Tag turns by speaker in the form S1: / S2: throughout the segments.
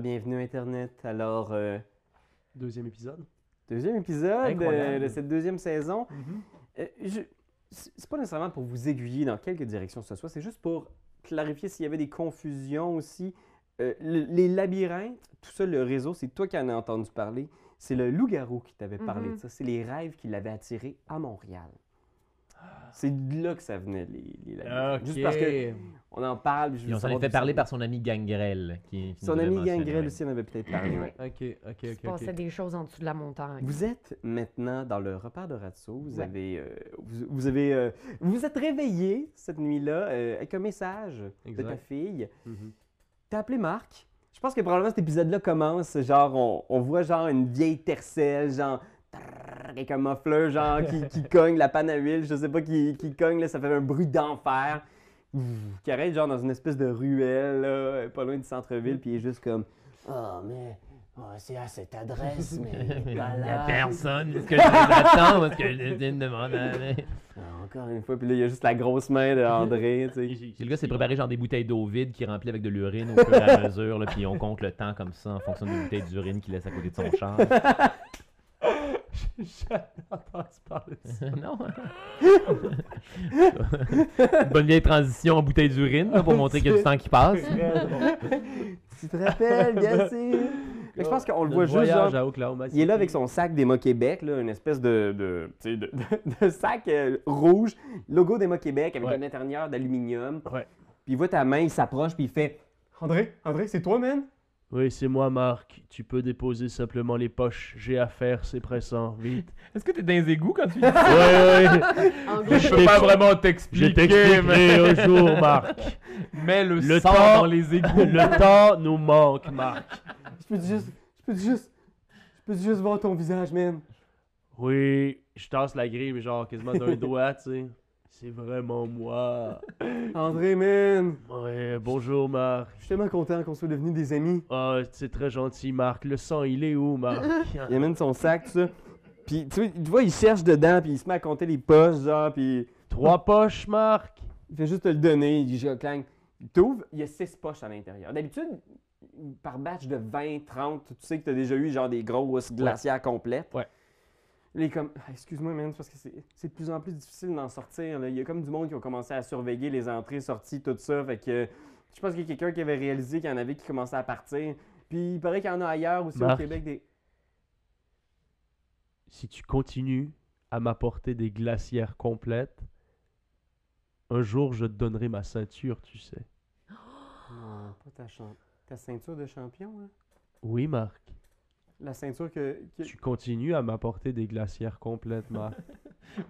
S1: bienvenue Internet. Alors, euh,
S2: Deuxième épisode.
S1: deuxième épisode
S2: Incroyable.
S1: euh, de cette deuxième saison.
S2: Mhm.
S1: Euh, je- C'est c'est pas nécessairement pour vous aiguiller dans quelque direction que ce soit, c'est juste pour clarifier s'il y avait des confusions aussi. Euh, le- les labyrinthes, tout ça, le réseau, c'est toi qui en as entendu parler. C'est le loup-garou qui t'avait
S3: Mm-hmm.
S1: parlé de
S4: Mhm.
S1: ça. C'est les rêves qui l'avaient attiré à Montréal. C'est de là que ça venait, les, les labyrinthes. Juste parce que on en parle. puis je
S3: Ils
S1: veux
S3: ont- ça les
S1: savoir
S3: fait
S1: d'où ça
S3: parler
S1: vient.
S3: par son ami Gangrel. Qui, qui
S1: Son
S3: nous avait
S1: ami
S3: mentionné,
S1: Gangrel
S3: ouais.
S1: aussi en avait peut-être parlé. ouais.
S2: Ok, ok,
S4: Il se
S2: ok. ok.
S4: passait des choses en dessous de la montagne.
S1: Vous êtes maintenant dans le repère de Ratso. Vous
S4: Ouais.
S1: avez, euh, vous, vous avez, euh, vous êtes réveillé cette nuit-là euh, avec un message de ta
S2: Exact.
S1: fille.
S2: Mhm.
S1: T'as appelé Marc. Je pense que probablement cet épisode-là commence genre on, on voit genre une vieille tercelle genre trrr, avec un muffler genre qui, qui cogne la panne à huile, je sais pas qui, qui cogne là, ça fait un bruit d'enfer. Ouh, Qui arrête genre dans une espèce de ruelle là, pas loin du centre-ville puis il est juste comme oh mais oh, c'est à cette adresse mais il est
S3: Il y
S1: pas
S3: a
S1: là.
S3: personne. Est-ce que je les attends ou est-ce que je les je me demande?
S1: Ah, Encore une fois, puis là, il y a juste la grosse main de André, tu sais.
S3: Puis le gars s'est préparé genre des bouteilles d'eau vide qui remplit avec de l'urine au fur et à mesure, là, puis on compte le temps comme ça en fonction des bouteilles d'urine qu'il laisse à côté de son char.
S2: J'ai jamais entendu parler de ça.
S3: non. Bonne vieille transition en bouteille d'urine là, pour montrer qu'il y a du temps qui passe.
S1: Tu te rappelles, bien sûr. Fait que je pense qu'on le
S2: Notre
S1: voit juste genre,
S2: voyage à Oklahoma
S1: Il est là
S2: City.
S1: avec son sac d'Émo Québec, là, une espèce de, de, tu sais, de- de- de sac euh, rouge, logo d'Émo Québec avec
S2: Ouais.
S1: un intérieur d'aluminium.
S2: Ouais.
S1: Puis il voit ta main, il s'approche, puis il fait André, André, c'est toi, man
S2: Oui, c'est moi, Marc. Tu peux déposer simplement les poches. J'ai affaire, c'est pressant. Vite.
S3: Est-ce que t'es dans les égouts quand tu dis
S2: ouais, ouais.
S4: En gros,
S2: Je peux pas
S3: vraiment
S2: Je
S3: t'expliquer,
S2: t'expliquerai un jour, Marc.
S3: mais le,
S2: Le
S3: sang
S2: temps-
S3: dans les égouts.
S2: Le temps nous manque, Marc.
S1: Je peux juste, je peux juste, je peux juste voir ton visage, man.
S2: Oui, je tasse la grille, mais genre quasiment d'un doigt, tu sais. C'est vraiment moi.
S1: André, man,
S2: Ouais, bonjour, Marc.
S1: je suis tellement content qu'on soit devenus des amis.
S2: Ah, c'est très gentil, Marc. Le sang, il est où, Marc?
S1: Il amène son sac, tout ça. Puis tu vois, tu vois, il cherche dedans, puis il se met à compter les poches, genre, puis
S2: Trois poches, Marc.
S1: Il fait juste te le donner, il dit je clang. Il t'ouvre, il y a 6 poches à l'intérieur. D'habitude, par batch de 20, 30, tu sais que t'as déjà eu genre des grosses glacières complètes.
S2: Ouais.
S1: Là, il est comme, Ah, excuse-moi, man, c'est parce que c'est- c'est de plus en plus difficile d'en sortir. là. Il y a comme du monde qui ont commencé à surveiller les entrées, sorties, tout ça. Fait que je pense qu'il y a quelqu'un qui avait réalisé qu'il y en avait qui commençaient à partir. Puis il paraît qu'il y en a ailleurs aussi au
S2: Marc.
S1: Québec des.
S2: Si tu continues à m'apporter des glacières complètes, un jour, je te donnerai ma ceinture, tu sais.
S1: Non, Ah, pas ta, chan- ta ceinture de champion, hein?
S2: Oui, Marc.
S1: La ceinture que. que-
S2: Tu continues à m'apporter des glacières complètes, Marc.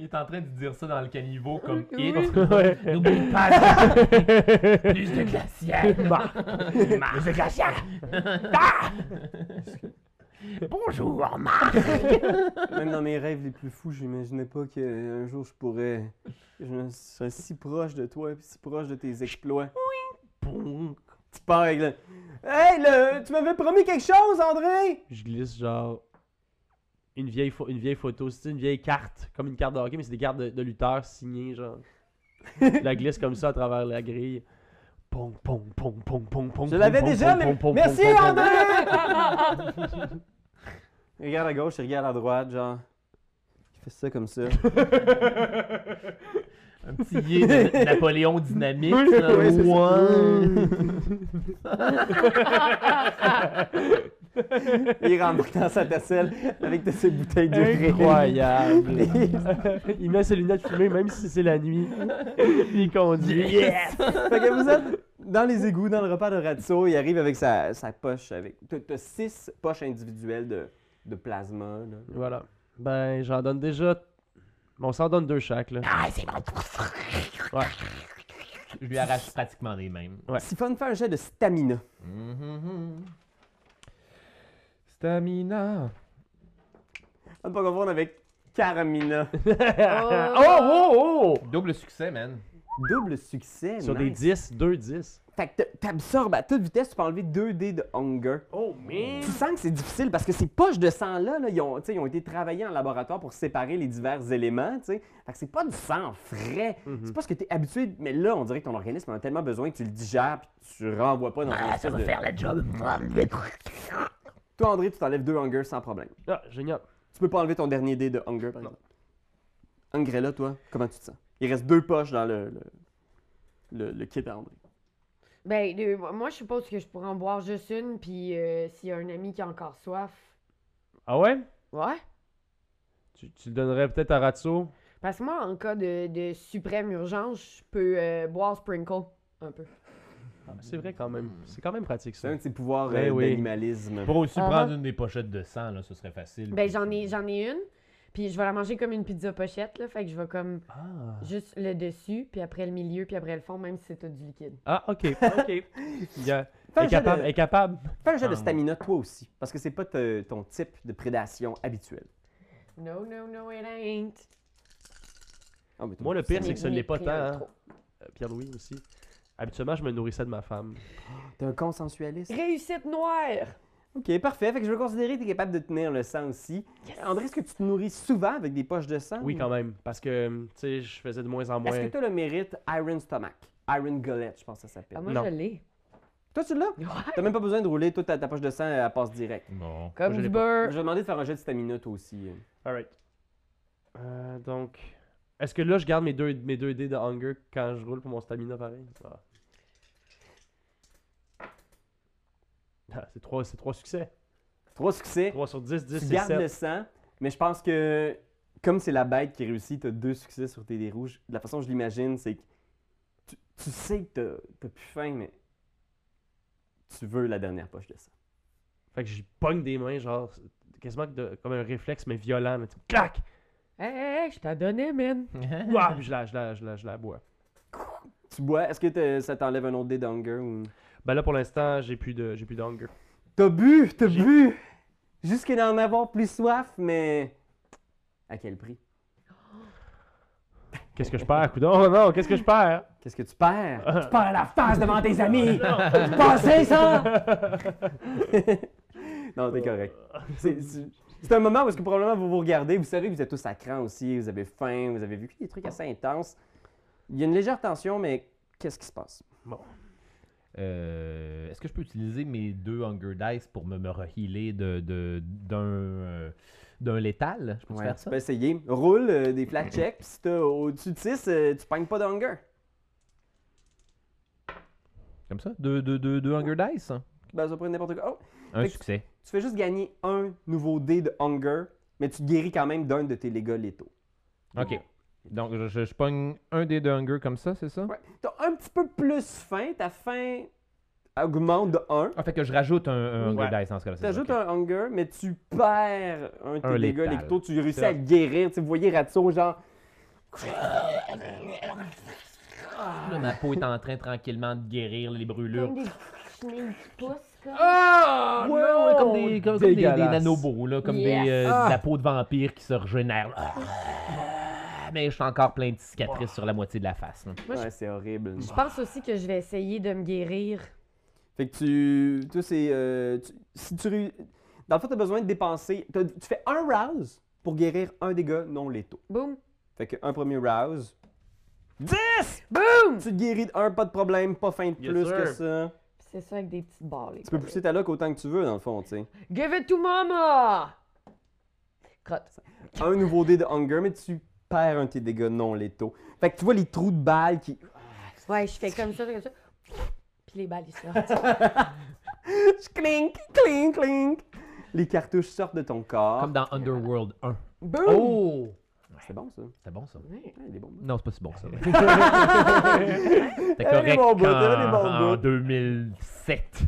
S3: Il est en train de dire ça dans le caniveau comme
S4: Oui.
S3: hit.
S2: Ouais.
S3: N'oublie pas plus de glacière.
S2: Marc.
S3: Plus de glacière. Bonjour, Marc.
S1: Même dans mes rêves les plus fous, j'imaginais pas qu'un jour je pourrais. que Je serais si proche de toi puis si proche de tes exploits.
S2: Ponk.
S1: Tu pars avec le. Hey, le... tu m'avais promis quelque chose, André!
S2: Je glisse genre une vieille, pho- une vieille photo, c'est une vieille carte, comme une carte de hockey, mais c'est des cartes de, de lutteurs signées, genre. Je la glisse comme ça à travers la grille. Pong, pong, pong, pong, pong, pong.
S1: Je l'avais
S2: pong,
S1: déjà,
S2: pong,
S1: mais.
S2: pong, pong,
S1: Merci, hein.
S2: pong, pong,
S1: André! il regarde à gauche, il regarde à droite, genre. Il fait ça comme ça.
S3: Un petit hit de Napoléon dynamique. là.
S1: Ouais, c'est ça. il rentre dans sa tercelle avec de ses bouteilles d'urine.
S2: Incroyable. Il met ses lunettes fumées, même si c'est la nuit. Il conduit.
S1: Fait que vous êtes dans les égouts, dans le repas de Ratso, il arrive avec sa, sa poche. avec t'as- T'as six poches individuelles de, de plasma. là.
S2: Voilà. Ben, j'en donne déjà. On s'en donne deux chaque,
S1: Ah,
S2: là.
S3: Je lui arrache pratiquement les mêmes.
S2: Ouais.
S1: Siphon fait un jet de stamina.
S3: Stamina.
S1: On ne pas confondre avec Caramina.
S4: oh,
S3: Oh, oh, oh! Double succès, man.
S1: Double succès.
S2: Sur des
S1: nice.
S2: 10, 2 10.
S1: Fait que t- t'absorbes à toute vitesse, tu peux enlever 2 dés de hunger.
S2: Oh man!
S1: Tu sens que c'est difficile parce que ces poches de sang-là, là, ils, ont, tu sais, ils ont été travaillés en laboratoire pour séparer les divers éléments. tu sais. Fait que c'est pas du sang frais.
S2: Hmm. Mhm.
S1: C'est pas ce que t'es habitué. Mais là, on dirait que ton organisme en a tellement besoin que tu le digères puis tu renvoies pas dans une espèce de-
S3: la job.
S1: Toi, André, tu t'enlèves 2 hunger sans problème.
S2: Ah, génial.
S1: Tu peux pas enlever ton dernier dé de hunger, par exemple. Angrella, toi, comment tu te sens? Il reste deux poches dans le, le, le- le kit à André.
S4: Ben, euh, moi, je suppose que je pourrais en boire juste une, puis euh, s'il y a un ami qui a encore soif.
S2: Ah ouais?
S4: Ouais.
S2: Tu, tu le donnerais peut-être à Ratso?
S4: Parce que moi, en cas de, de suprême urgence, je peux euh, boire Sprinkle un peu.
S2: Ah, c'est vrai quand même. C'est quand même pratique
S1: C'est
S2: ça.
S1: un de ses pouvoirs
S2: Ben
S1: euh,
S2: oui.
S1: d'animalisme.
S3: Pour aussi
S4: Ah.
S3: prendre une des pochettes de sang, là, ce serait facile.
S4: Ben, j'en ai, j'en ai une, puis je vais la manger comme une pizza pochette, là. Fait que je vais comme
S2: Ah,
S4: juste le dessus, puis après le milieu, puis après le fond, même si c'est tout du liquide.
S2: ah ok, ok. Il y a-
S1: Fais
S2: est
S1: un jet
S2: capable,
S1: de-
S2: est capable.
S1: fais un jet de
S3: Ah.
S1: stamina, toi aussi, parce que c'est pas te- ton type de prédation habituel.
S4: No, no, no, it ain't.
S1: Ah, mais toi-
S2: Moi, le pire, c'est que ça
S4: Mes-
S2: l'est
S4: mes
S2: pas
S4: prix
S2: tant.
S4: en
S2: hein.
S4: trop.
S2: Euh, Pierre-Louis aussi. Habituellement, je me nourrissais de ma femme.
S1: T'es un consensualiste.
S4: Réussite noire!
S1: Ok, parfait. Fait que je veux considérer que t'es capable de tenir le sang aussi. André, est-ce que tu te nourris souvent avec des poches de sang?
S2: Oui,
S1: ou-
S2: quand même. Parce que, tu sais, je faisais de moins en moins.
S1: Ah. Est-ce que t'as le mérite Iron Stomach? Iron Gullet, je pense que ça s'appelle.
S4: Ah, moi,
S2: Non.
S4: je l'ai.
S1: Toi, tu l'as?
S4: Ouais.
S1: T'as même pas besoin de rouler. Toi, ta, ta poche de sang, elle passe direct.
S3: Bon.
S4: Comme
S2: je l'ai
S4: du
S2: pas.
S1: Je
S4: beurre.
S1: vais demander de faire un jet de stamina, toi aussi.
S2: Alright. Euh, donc. Est-ce que là, je garde mes deux, mes deux dés de hunger quand je roule pour mon stamina pareil Ah. Ah, c'est trois, c'est trois succès.
S1: Trois succès.
S2: 3 sur 10, 10
S1: tu
S2: c'est
S1: gardes le
S2: 7.
S1: sang, mais je pense que comme c'est la bête qui réussit, tu as deux succès sur tes dés rouges. La façon dont je l'imagine, c'est que tu, tu sais que t'as- t'as plus faim, mais tu veux la dernière poche de sang.
S2: Fait que j'y pogne des mains, genre, quasiment que de- comme un réflexe, mais violent. Mais tu clac
S4: Hé, hé, hé, je t'en donnais, man.
S2: Ouah, puis je, la, je, la, je, la, je la bois.
S1: Tu bois, est-ce que t'es- ça t'enlève un autre dé d'hunger ou...
S2: Ben là, pour l'instant, j'ai plus de j'ai plus d'hunger.
S1: T'as bu, t'as
S2: J'ai-
S1: bu! Jusqu'à en avoir plus soif, mais à quel prix?
S2: Qu'est-ce que je perds, coudon? Non, qu'est-ce que je perds?
S1: Qu'est-ce que tu perds? tu perds la face devant tes amis! tu pensais ça? non, t'es correct. C'est- C'est c'est un moment où est-ce que probablement vous vous regardez, vous savez que vous êtes tous à cran aussi, vous avez faim, vous avez vécu des trucs assez intenses. Il y a une légère tension, mais qu'est-ce qui se passe?
S3: Euh, Est-ce que je peux utiliser mes deux Hunger Dice pour me, me rehealer de- de- d'un euh, d'un létal? Je peux
S1: Ouais,
S3: faire
S1: tu
S3: ça?
S1: peux essayer. Roule euh, des flat checks, puis si t'as au-dessus de 6, tu pognes pas d'hunger.
S3: Comme ça? Deux, deux, deux, deux Hunger Dice? hein?
S1: Ben, ça pourrait être n'importe quoi. Oh,
S3: Un
S1: Fait que-
S3: succès.
S1: tu fais juste gagner un nouveau dé de hunger, mais tu te guéris quand même d'un de tes dégâts létaux.
S3: OK. Donc, je, je, je pogne un des deux Hunger comme ça, c'est ça?
S1: Ouais. T'as un petit peu plus faim, ta faim augmente de 1.
S3: Ah, fait que je rajoute un, un Hunger
S2: Ouais.
S3: Dice dans ce cas-là. c'est ça,
S1: T'ajoutes
S3: ok.
S1: un hunger, mais tu perds un de tes
S3: Un
S1: dégâts
S3: létal.
S1: létaux. Tu réussis
S2: Ça.
S1: à te guérir. Tu sais, vous voyez Ratso, genre,
S3: Là, ma peau est en train tranquillement de guérir les brûlures.
S4: Comme des chenilles qui poussent, comme.
S3: Ah!
S2: Ouais, ouais,
S3: comme des, comme, comme des, des
S2: Dégueulasse.
S3: nanobos, là, comme
S4: Yes.
S3: des, euh,
S1: Ah.
S3: de la peau de vampire qui se régénère. Ah, Mais je suis encore plein de cicatrices sur la moitié de la face. là.
S4: Moi, je-
S1: ouais, c'est horrible.
S4: Je pense aussi que je vais essayer de me guérir.
S1: Fait que tu. toi, c'est. euh, tu- si tu. réu- Dans le fond, t'as besoin de dépenser. t'as- Tu fais un rouse pour guérir un dégât non létaux.
S4: Boum!
S1: Fait que un premier rouse. 10!
S4: Boum!
S1: Tu te guéris d'un, pas de problème, pas faim de
S2: Yes,
S1: plus que
S2: sir.
S1: ça.
S4: Puis C'est ça avec des petites barres. les
S1: Tu peux
S4: gars.
S1: pousser ta loque autant que tu veux, dans le fond, tu sais.
S4: Give it to mama! Crotte.
S1: un nouveau dé de hunger, mais tu perds un de tes dégâts non létaux. Fait que tu vois les trous de balles qui.
S4: Ouais, je fais comme ça, comme ça. Puis les balles, ils sortent.
S1: clink, clink, clink. Les cartouches sortent de ton corps.
S3: Comme dans Underworld 1.
S4: Boum!
S2: Oh!
S1: C'est bon ça. Ouais,
S3: C'était bon, ça?
S4: Ouais.
S1: il est bon.
S3: Non, c'est pas si bon, ça. C'était
S1: Elle avait
S3: correct
S1: des bons bouts, elle avait des
S3: en,
S1: bons
S3: en
S1: bouts.
S3: 2007.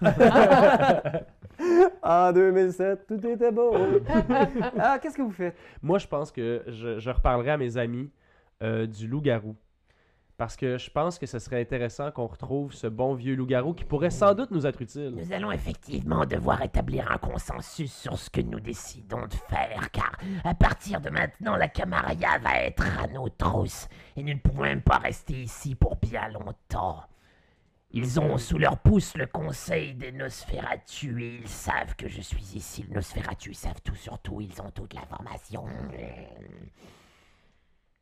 S1: En 2007, tout était beau. ah, qu'est-ce que vous faites?
S2: Moi, je pense que je, je reparlerai à mes amis euh, du loup-garou. Parce que je pense que ce serait intéressant qu'on retrouve ce bon vieux loup-garou qui pourrait sans doute nous être utile.
S5: Nous allons effectivement devoir établir un consensus sur ce que nous décidons de faire, car à partir de maintenant, la camarilla va être à nos trousses, et nous ne pouvons même pas rester ici pour bien longtemps. Ils ont sous leur pouce le conseil des Nosferatu et ils savent que je suis ici. Les Nosferatu savent tout sur tout, ils ont toute l'information.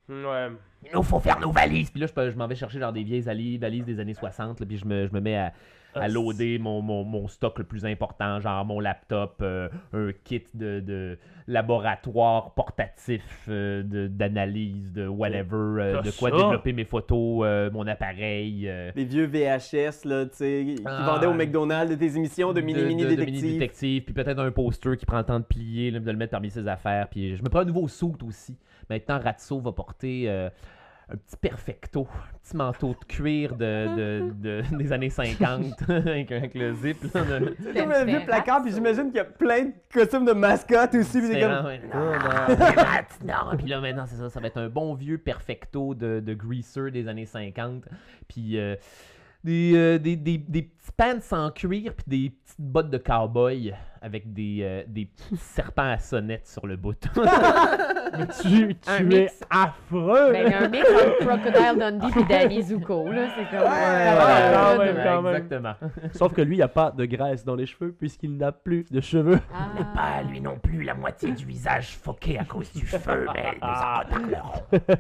S2: Ouais.
S5: Il nous faut faire nos valises.
S3: Puis là, je, peux- je m'en vais chercher genre des vieilles ali- valises des années 60, là, puis je me, je me mets à,
S2: Ah,
S3: à loader mon, mon- mon stock le plus important, genre mon laptop, euh, un kit de, de laboratoire portatif euh, de- d'analyse, de, whatever, euh,
S2: T'as
S3: de quoi
S2: ça?
S3: développer mes photos, euh, mon appareil. euh,
S1: Les vieux VHS, là, tu sais, qui
S3: Ah.
S1: vendaient au McDonald's de tes émissions de
S3: de-
S1: mini-mini
S3: de- de mini
S1: détective.
S3: détective, puis peut-être un poster qui prend le temps de plier, là, de le mettre parmi ses affaires. Puis je me prends un nouveau suit aussi. Maintenant, Ratso va porter euh, un petit perfecto, un petit manteau de cuir de, de- de- des années 50 avec, avec le zip. là, de-
S1: C'est
S4: Ben,
S1: comme un vieux placard, puis j'imagine qu'il y a plein de costumes de mascotte aussi. puis c'est
S3: différent,
S1: comme...
S3: Ah, ouais.
S5: Mais maintenant,
S3: Puis là, maintenant, c'est ça, ça va être un bon vieux perfecto de, de greaser des années 50. Puis euh, des, euh, des, des, des petits pants en cuir, puis des petites bottes de cowboy avec des, euh, des petits serpents à sonnette sur le bout.
S2: Tu, tu
S4: Un
S2: es
S4: mix.
S2: affreux!
S4: Ben, un mix entre Crocodile Dundee puis Danny Zuko, là, c'est comme...
S2: Ah,
S4: ouais,
S2: ouais,
S4: ouais,
S2: quand même.
S3: Exactement.
S2: Sauf que lui, il a pas de graisse dans les cheveux puisqu'il n'a plus de cheveux.
S4: Ah.
S5: pas lui non plus la moitié du visage foqué à cause du feu, mais nous
S3: Ah.
S5: en reparlerons.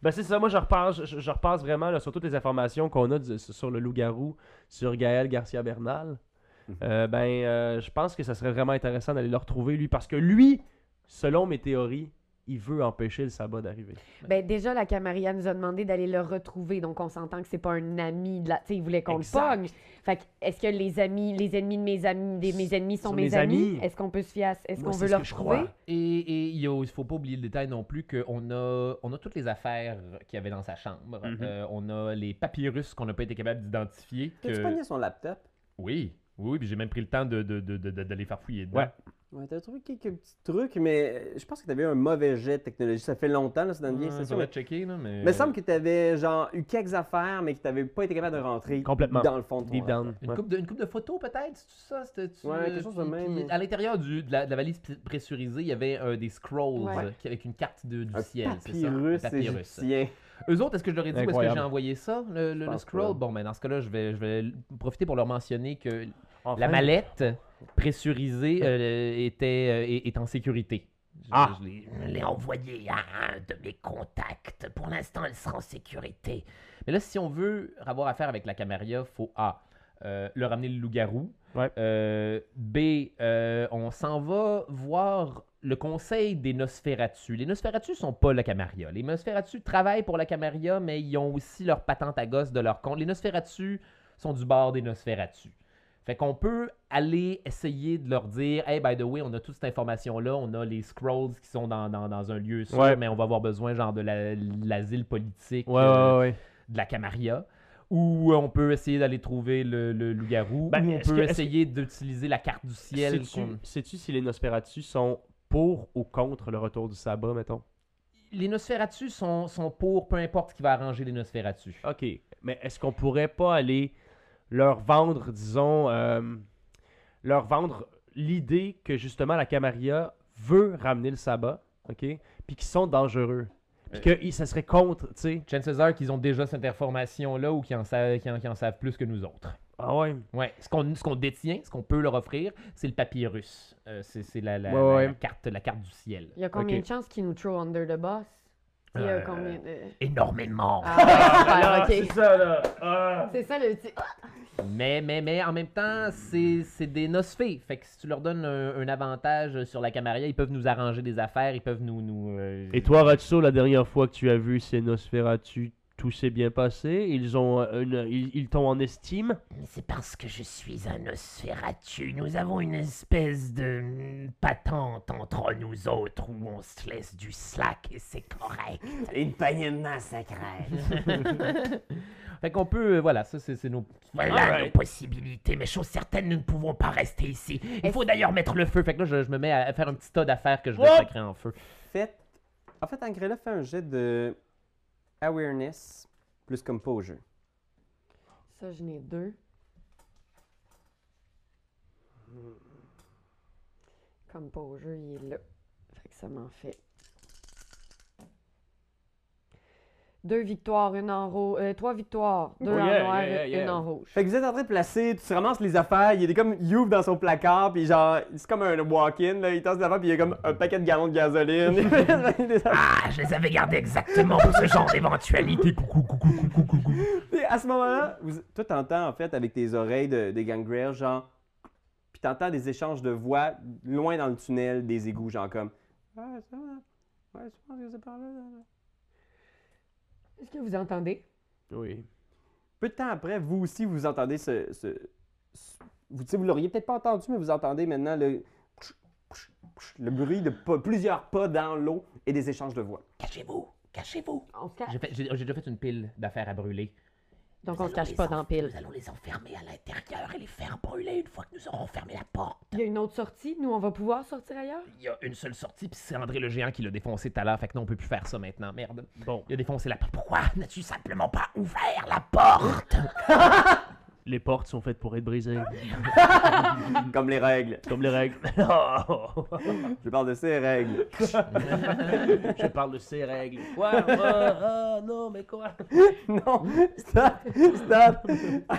S2: Ben c'est ça, moi je repasse, je, je repasse vraiment là, sur toutes les informations qu'on a du- sur le loup-garou, sur Gaël Garcia Bernal. Euh, ben euh, je pense que ça serait vraiment intéressant d'aller le retrouver lui parce que lui, selon mes théories, il veut empêcher le sabat d'arriver.
S4: Ben, déjà, la Camarilla nous a demandé d'aller le retrouver, donc on s'entend que c'est pas un ami de la... Tu sais, il voulait qu'on le
S2: Exact.
S4: pogne. Fait que, est-ce que les amis, les ennemis de mes amis, des, mes ennemis sont,
S2: Sont
S4: mes,
S2: mes
S4: amis?
S2: amis.
S4: Est-ce qu'on peut se fier à... Est-ce
S2: Moi,
S4: qu'on
S2: c'est
S4: veut
S2: ce
S4: le
S2: que je
S4: retrouver?
S2: crois.
S3: Et, et il ne faut pas oublier le détail non plus qu'on a, on a toutes les affaires qu'il y avait dans sa chambre.
S2: Mhm.
S3: Euh, on a les papyrus qu'on n'a pas été capable d'identifier.
S1: T'as-tu
S3: que-
S1: pogné son laptop?
S3: Oui, oui, oui, puis j'ai même pris le temps de, de, de, de- de- de les faire fouiller dedans.
S2: Ouais.
S1: Ouais, t'as trouvé quelques petits trucs, mais euh, je pense que t'avais eu un mauvais jet de technologie. Ça fait longtemps, là, c'est dans une vieille
S3: Ouais,
S1: station.
S3: faudrait
S1: Mais
S3: checker, là, mais...
S1: il me semble que t'avais genre eu quelques affaires, mais que t'avais pas été capable de rentrer
S2: Complètement.
S1: dans le fond de ton euh,
S2: Deep
S1: laptop.
S2: down.
S3: Une,
S2: ouais.
S3: coupe de, une coupe de photos, peut-être? C'est ça? C'était, tu-
S1: Ouais, quelque chose de
S3: puis-
S1: même,
S3: puis
S1: mais-
S3: À l'intérieur du, de, la, de la valise p- pressurisée, il y avait euh, des scrolls
S4: Ouais.
S3: euh, qui- avec une carte de- du
S1: Un
S3: ciel.
S1: papyrus
S3: c'est ça? Un papyrus.
S1: égyptien.
S3: Eux autres, est-ce que je leur ai dit où est-ce que
S2: Incroyable.
S3: j'ai envoyé ça, le, le- le
S1: pense
S3: scroll?
S1: pas.
S3: Bon, mais dans ce cas-là, je vais, je vais l- profiter pour leur mentionner que
S2: Enfin.
S3: la mallette pressurisée euh, était, euh, est, est en sécurité. Je-
S2: Ah.
S3: je l'ai-
S5: Je l'ai envoyé à un de mes contacts. Pour l'instant, elle sera en sécurité.
S3: Mais là, si on veut avoir affaire avec la Camarilla, faut A. euh, le ramener le loup-garou.
S2: Ouais.
S3: Euh, B. euh, on s'en va voir le conseil des Nosferatu. Les Nosferatu sont pas la Camarilla. Les Nosferatu travaillent pour la Camarilla, mais ils ont aussi leur patente à gosse de leur compte. Les Nosferatu sont du bord des Nosferatu. Fait qu'on peut aller essayer de leur dire Hey, by the way, on a toute cette information-là, on a les scrolls qui sont dans, dans- dans un lieu sûr,
S2: Ouais.
S3: mais on va avoir besoin genre de la- l'asile politique.
S2: Ouais, ouais,
S3: euh,
S2: ouais, ouais.
S3: de la Camarilla. Ou on peut essayer d'aller trouver le, le loup-garou.
S2: Ben,
S3: ou on
S2: est-ce
S3: peut
S2: que- est-ce
S3: essayer d'utiliser la carte du ciel.
S2: Sais-tu
S3: qu'on-
S2: sais-tu si les Nosferatu sont pour ou contre le retour du sabat, mettons?
S3: Les Nosferatu sont, sont pour peu importe ce qui va arranger les Nosferatu.
S2: OK. Mais est-ce qu'on pourrait pas aller leur vendre, disons, euh, leur vendre l'idée que justement la Camarilla veut ramener le sabbat, OK? Puis qu'ils sont dangereux. Puis que i- ça serait contre, tu sais.
S3: Chances are qu'ils ont déjà cette information-là ou qu'ils en, savent- qu'ils en- qu'ils en savent plus que nous autres.
S2: Ah ouais.
S3: Ouais. Ce qu'on ce qu'on détient, ce qu'on peut leur offrir, c'est le papyrus. Euh, c'est c'est la, la-
S2: Ouais,
S3: la-
S2: ouais.
S3: la carte, la carte du ciel. Euh,
S4: Il y a combien
S2: Ok.
S4: de chances qu'ils nous throw under the bus? Il y a euh, combien de...
S5: Énormément.
S4: Ah, ouais, ok.
S2: ça, là. Ah.
S4: C'est ça le petit...
S3: Mais, mais, mais en même temps, c'est c'est des nosfées. Fait que si tu leur donnes un, un avantage sur la Camarilla, ils peuvent nous arranger des affaires, ils peuvent nous. nous euh,
S2: Et toi, Ratso, la dernière fois que tu as vu ces Nosferatu, tout s'est bien passé. Ils ont euh, une- ils, ils t'ont en estime.
S5: Mais C'est parce que je suis un Osferatu. Nous avons une espèce de mm, patente entre nous autres où on se laisse du slack et c'est correct.
S1: Une panier de massacrée.
S3: Fait qu'on peut. euh, voilà, ça, c'est c'est nos.
S5: Voilà nos
S2: Alright.
S5: possibilités, mais chose certaine, nous ne pouvons pas rester ici. Il faut d'ailleurs mettre le
S3: Le feu. Fait que là, je, je me mets à faire un petit tas d'affaires que je vais
S2: Oh!
S3: sacrer en feu.
S1: Faites. En fait, Angrella fait un jet de awareness plus comme pas au jeu.
S4: Ça, je n'ai deux. Comme pas au jeu, il est là. Fait que ça m'en fait. deux victoires, une en rouge. trois victoires, deux
S2: Oh,
S4: en
S2: yeah,
S4: noir,
S2: yeah, yeah,
S4: une
S2: yeah.
S4: en rouge.
S1: Fait que vous êtes en train de placer, tu te ramasses les affaires, il est comme, il ouvre dans son placard, puis genre, c'est comme un walk-in, là, il tasse des affaires, puis il y a comme un paquet de gallons de gasoline. Il fait des affaires.
S5: Ah, je les avais gardés exactement pour ce genre d'éventualité. Coucou, coucou, coucou, coucou. coucou.
S1: Puis à ce moment-là, vous- toi, t'entends en fait avec tes oreilles de, de gangrel, genre, puis t'entends des échanges de voix loin dans le tunnel des égouts, genre comme. Ah, ça, ouais, je pense que c'est par là, là, là.
S4: Est-ce que vous entendez?
S2: Oui.
S1: Peu de temps après, vous aussi, vous entendez ce. ce, ce- vous tu sais, vous l'auriez peut-être pas entendu, mais vous entendez maintenant le. Le bruit de pas- plusieurs pas dans l'eau et des échanges de voix.
S5: Cachez-vous, cachez-vous.
S4: On se cache.
S3: J'ai fait- j'ai- j'ai déjà fait une pile d'affaires à brûler.
S4: Donc
S5: Nous
S4: on se
S5: allons
S4: cache
S5: les
S4: pas
S5: en-
S4: dans pile.
S5: Nous allons les enfermer à l'intérieur et les faire brûler une fois que nous aurons fermé la porte.
S4: Il y a une autre sortie. Nous, on va pouvoir sortir ailleurs?
S3: Il y a une seule sortie, puis c'est André le géant qui l'a défoncé tout à l'heure, fait que non, on peut plus faire ça maintenant, merde.
S2: Bon,
S3: Il a défoncé la porte.
S5: Pourquoi n'as-tu simplement pas ouvert la porte
S2: les portes sont faites pour être brisées,
S1: Comme les règles.
S2: comme les règles.
S1: Je parle de ces règles.
S2: Je parle de ces règles. Quoi Ah non, mais quoi
S1: Non, stop, stop.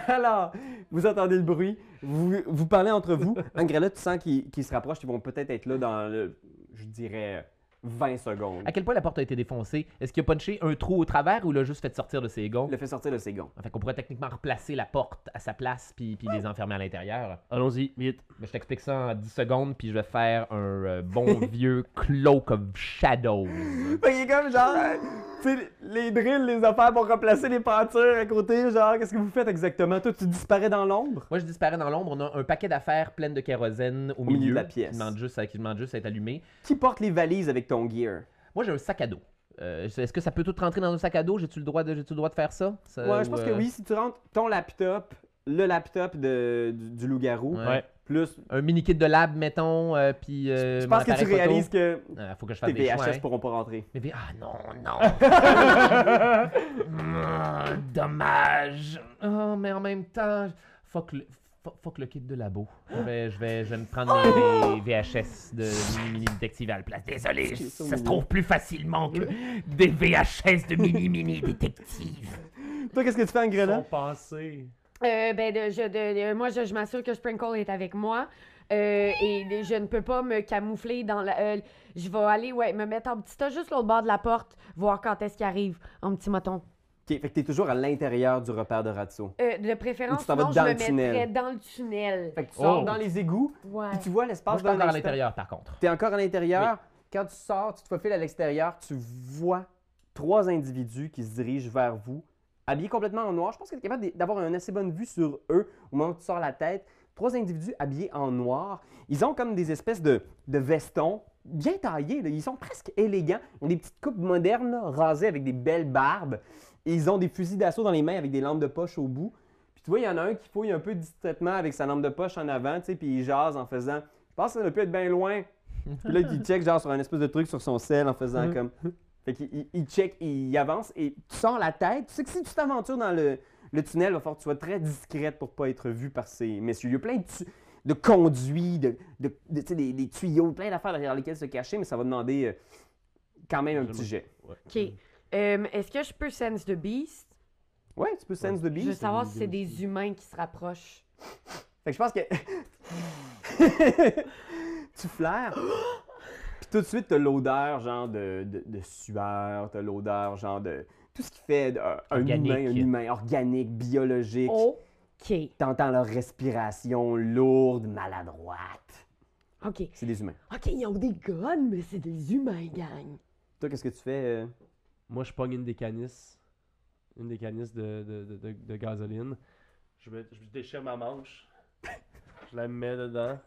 S1: Alors, vous entendez le bruit, vous, vous parlez entre vous. Malgré là, tu sens qu'ils qu'ils se rapprochent, ils vont peut-être être là dans, le, je dirais, 20 secondes.
S3: À quel point la porte a été défoncée Est-ce qu'il a punché un trou au travers ou l'a juste fait sortir de ses gonds
S1: Il le fait sortir le ségon.
S3: Fait qu'on pourrait techniquement replacer la porte à sa place, puis, puis les enfermer à l'intérieur.
S2: Allons-y, vite.
S3: Mais je t'explique ça en 10 secondes, puis je vais faire un euh, bon vieux Cloak of Shadows.
S1: Fait qu'il est comme genre, euh, tu sais, les drills, les affaires pour remplacer les peintures à côté, genre, qu'est-ce que vous faites exactement? Toi, tu disparais dans l'ombre?
S3: Moi, je disparais dans l'ombre. On a un paquet d'affaires pleines de kérosène au,
S1: milieu de la pièce.
S3: Qui demande juste, à- qui demande juste à être allumé.
S1: Qui porte les valises avec ton gear?
S3: Moi, j'ai un sac à dos. Euh, Est-ce que ça peut tout rentrer dans un sac à dos? J'ai-tu le, droit de- j'ai-tu le droit de faire ça? Ça,
S1: Ouais, je
S3: ou,
S1: pense que
S3: euh,
S1: oui, si tu rentres ton laptop, le laptop de, du, du loup-garou,
S3: Ouais.
S2: Ouais.
S1: plus...
S3: Un mini kit de lab, mettons, euh, puis. euh,
S1: je
S3: mon
S1: pense que tu
S3: appareil photo.
S1: réalises que
S3: Euh, faut que je fasse
S1: tes
S3: des
S1: VHS
S3: choix. hein.
S1: pourront pas rentrer.
S3: Mais vi- ah,
S5: Ah non, non. Mm, dommage.
S3: Ah, mais en même temps, fuck le, fu- fuck le kit de labo. Je vais, je vais, je vais me prendre les- les VHS de Mini Mini Détective à la place.
S5: Désolé,
S1: C'est
S5: ça se
S1: mignon.
S5: trouve plus facilement que des VHS de mini-mini détective.
S1: Toi, qu'est-ce que tu fais en
S2: Son
S1: Grena?
S2: passé.
S4: Euh, ben, de- je, de- de- moi, je, je m'assure que Sprinkle est avec moi. euh, et de- je ne peux pas me camoufler dans la. euh, je vais aller, ouais, me mettre en petit tas juste l'autre bord de la porte, voir quand est-ce qu'il arrive, en petit moton.
S1: Ok, fait que t'es toujours à l'intérieur du repère de Ratso.
S4: Euh, de
S1: Ou tu
S4: préférence,
S1: t'en vas
S4: sinon, je
S1: dans
S4: me
S1: le tunnel.
S4: mettrais dans le tunnel.
S1: Fait que tu sors
S3: Oh.
S1: dans les égouts,
S4: Ouais.
S1: puis tu vois
S3: Moi,
S1: l'espace
S3: je suis encore
S1: d'un
S3: à
S1: instant.
S3: l'intérieur, par contre.
S1: T'es encore à l'intérieur. Quand tu sors, tu te faufiles à l'extérieur, tu vois trois individus qui se dirigent vers vous, habillés complètement en noir. Je pense que t'es capable d- d'avoir une assez bonne vue sur eux au moment où tu sors la tête. Trois individus habillés en noir. Ils ont comme des espèces de, de vestons bien taillés. là. Ils sont presque élégants. Ils ont des petites coupes modernes, là, rasées avec des belles barbes. Et ils ont des fusils d'assaut dans les mains avec des lampes de poche au bout. Puis tu vois, il y en a un qui fouille un peu distraitement avec sa lampe de poche en avant, tu sais, puis il jase en faisant « Je pense que ça doit plus être bien loin. » Puis là, il check genre sur un espèce de truc sur son sel en faisant comme... Fait qu'il il- il check, il avance et tu sors la tête. Tu sais que si tu t'aventures dans le, le tunnel, il va falloir que tu sois très discrète pour pas être vu par ces messieurs. Il y a plein de, tu- de conduits, de, de- de- tu sais, des, des tuyaux, plein d'affaires derrière lesquelles se cacher, mais ça va demander euh, quand même un petit jet.
S4: OK. Euh, Est-ce que je peux sense the beast?
S1: Ouais, tu peux sense the
S4: Je veux
S1: beast.
S4: savoir si c'est des humains qui se rapprochent.
S1: Fait que je pense que. tu flaires. Puis tout de suite, t'as l'odeur, genre, de, de, de sueur, t'as l'odeur, genre, de. Tout ce qui fait euh, un
S3: Organique.
S1: humain, un humain organique, biologique.
S4: Oh. OK.
S1: T'entends leur respiration lourde, maladroite.
S4: OK.
S1: C'est des humains.
S4: OK, ils ont des guns, mais c'est des humains, gang.
S1: Toi, qu'est-ce que tu fais? euh?
S2: Moi, je pogne une des canisses. Une des canisses de, de, de, de- de gasoline. Je, me, je déchire ma manche. je la mets dedans.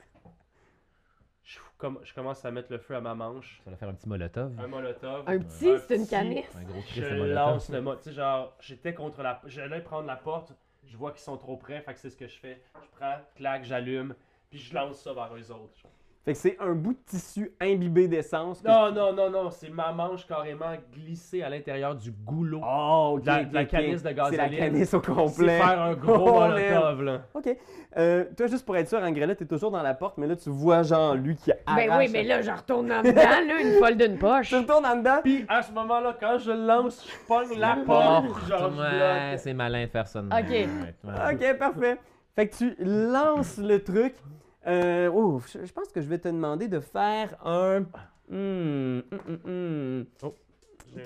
S2: Je, fous comme, je commence à mettre le feu à ma manche.
S3: Ça va faire un petit molotov.
S2: Un molotov.
S4: Un petit, c'est une
S2: petit.
S4: canisse.
S3: Un gros cri,
S2: Je
S3: c'est un molotov.
S2: lance le mot. Tu sais, genre, j'étais contre la. J'allais prendre la porte. Je vois qu'ils sont trop près. Fait que c'est ce que je fais. Je prends, claque, j'allume. Puis je lance ça vers eux autres.
S1: Fait que c'est un bout de tissu imbibé d'essence. que-
S2: Non, non, non, non, c'est ma manche carrément glissée à l'intérieur du goulot.
S1: Oh, ok.
S2: La-
S1: ok,
S2: la
S1: ok.
S2: canisse de
S1: C'est la
S2: gasoline.
S1: canisse au
S2: c'est
S1: complet.
S2: faire un gros
S1: Oh, man.
S2: molotov, là.
S1: Ok. Euh, toi, juste pour être sûr, Angrella, t'es toujours dans la porte, mais là, tu vois, genre, lui qui arrache.
S4: Ben oui, mais là, je retourne en dedans, là, une folle d'une poche.
S1: Tu retournes en dedans.
S2: Puis à ce moment-là, quand je le lance, je pogne la
S3: Porte,
S2: porte. genre, je
S3: ouais,
S2: bloque.
S3: c'est malin de faire ça. de
S4: Ok.
S3: même. Ouais.
S1: Ok, parfait. Fait que tu lances le truc. Euh, oh, je je pense que je vais te demander de faire un. Hmm, hmm, hmm, hmm.
S2: Oh.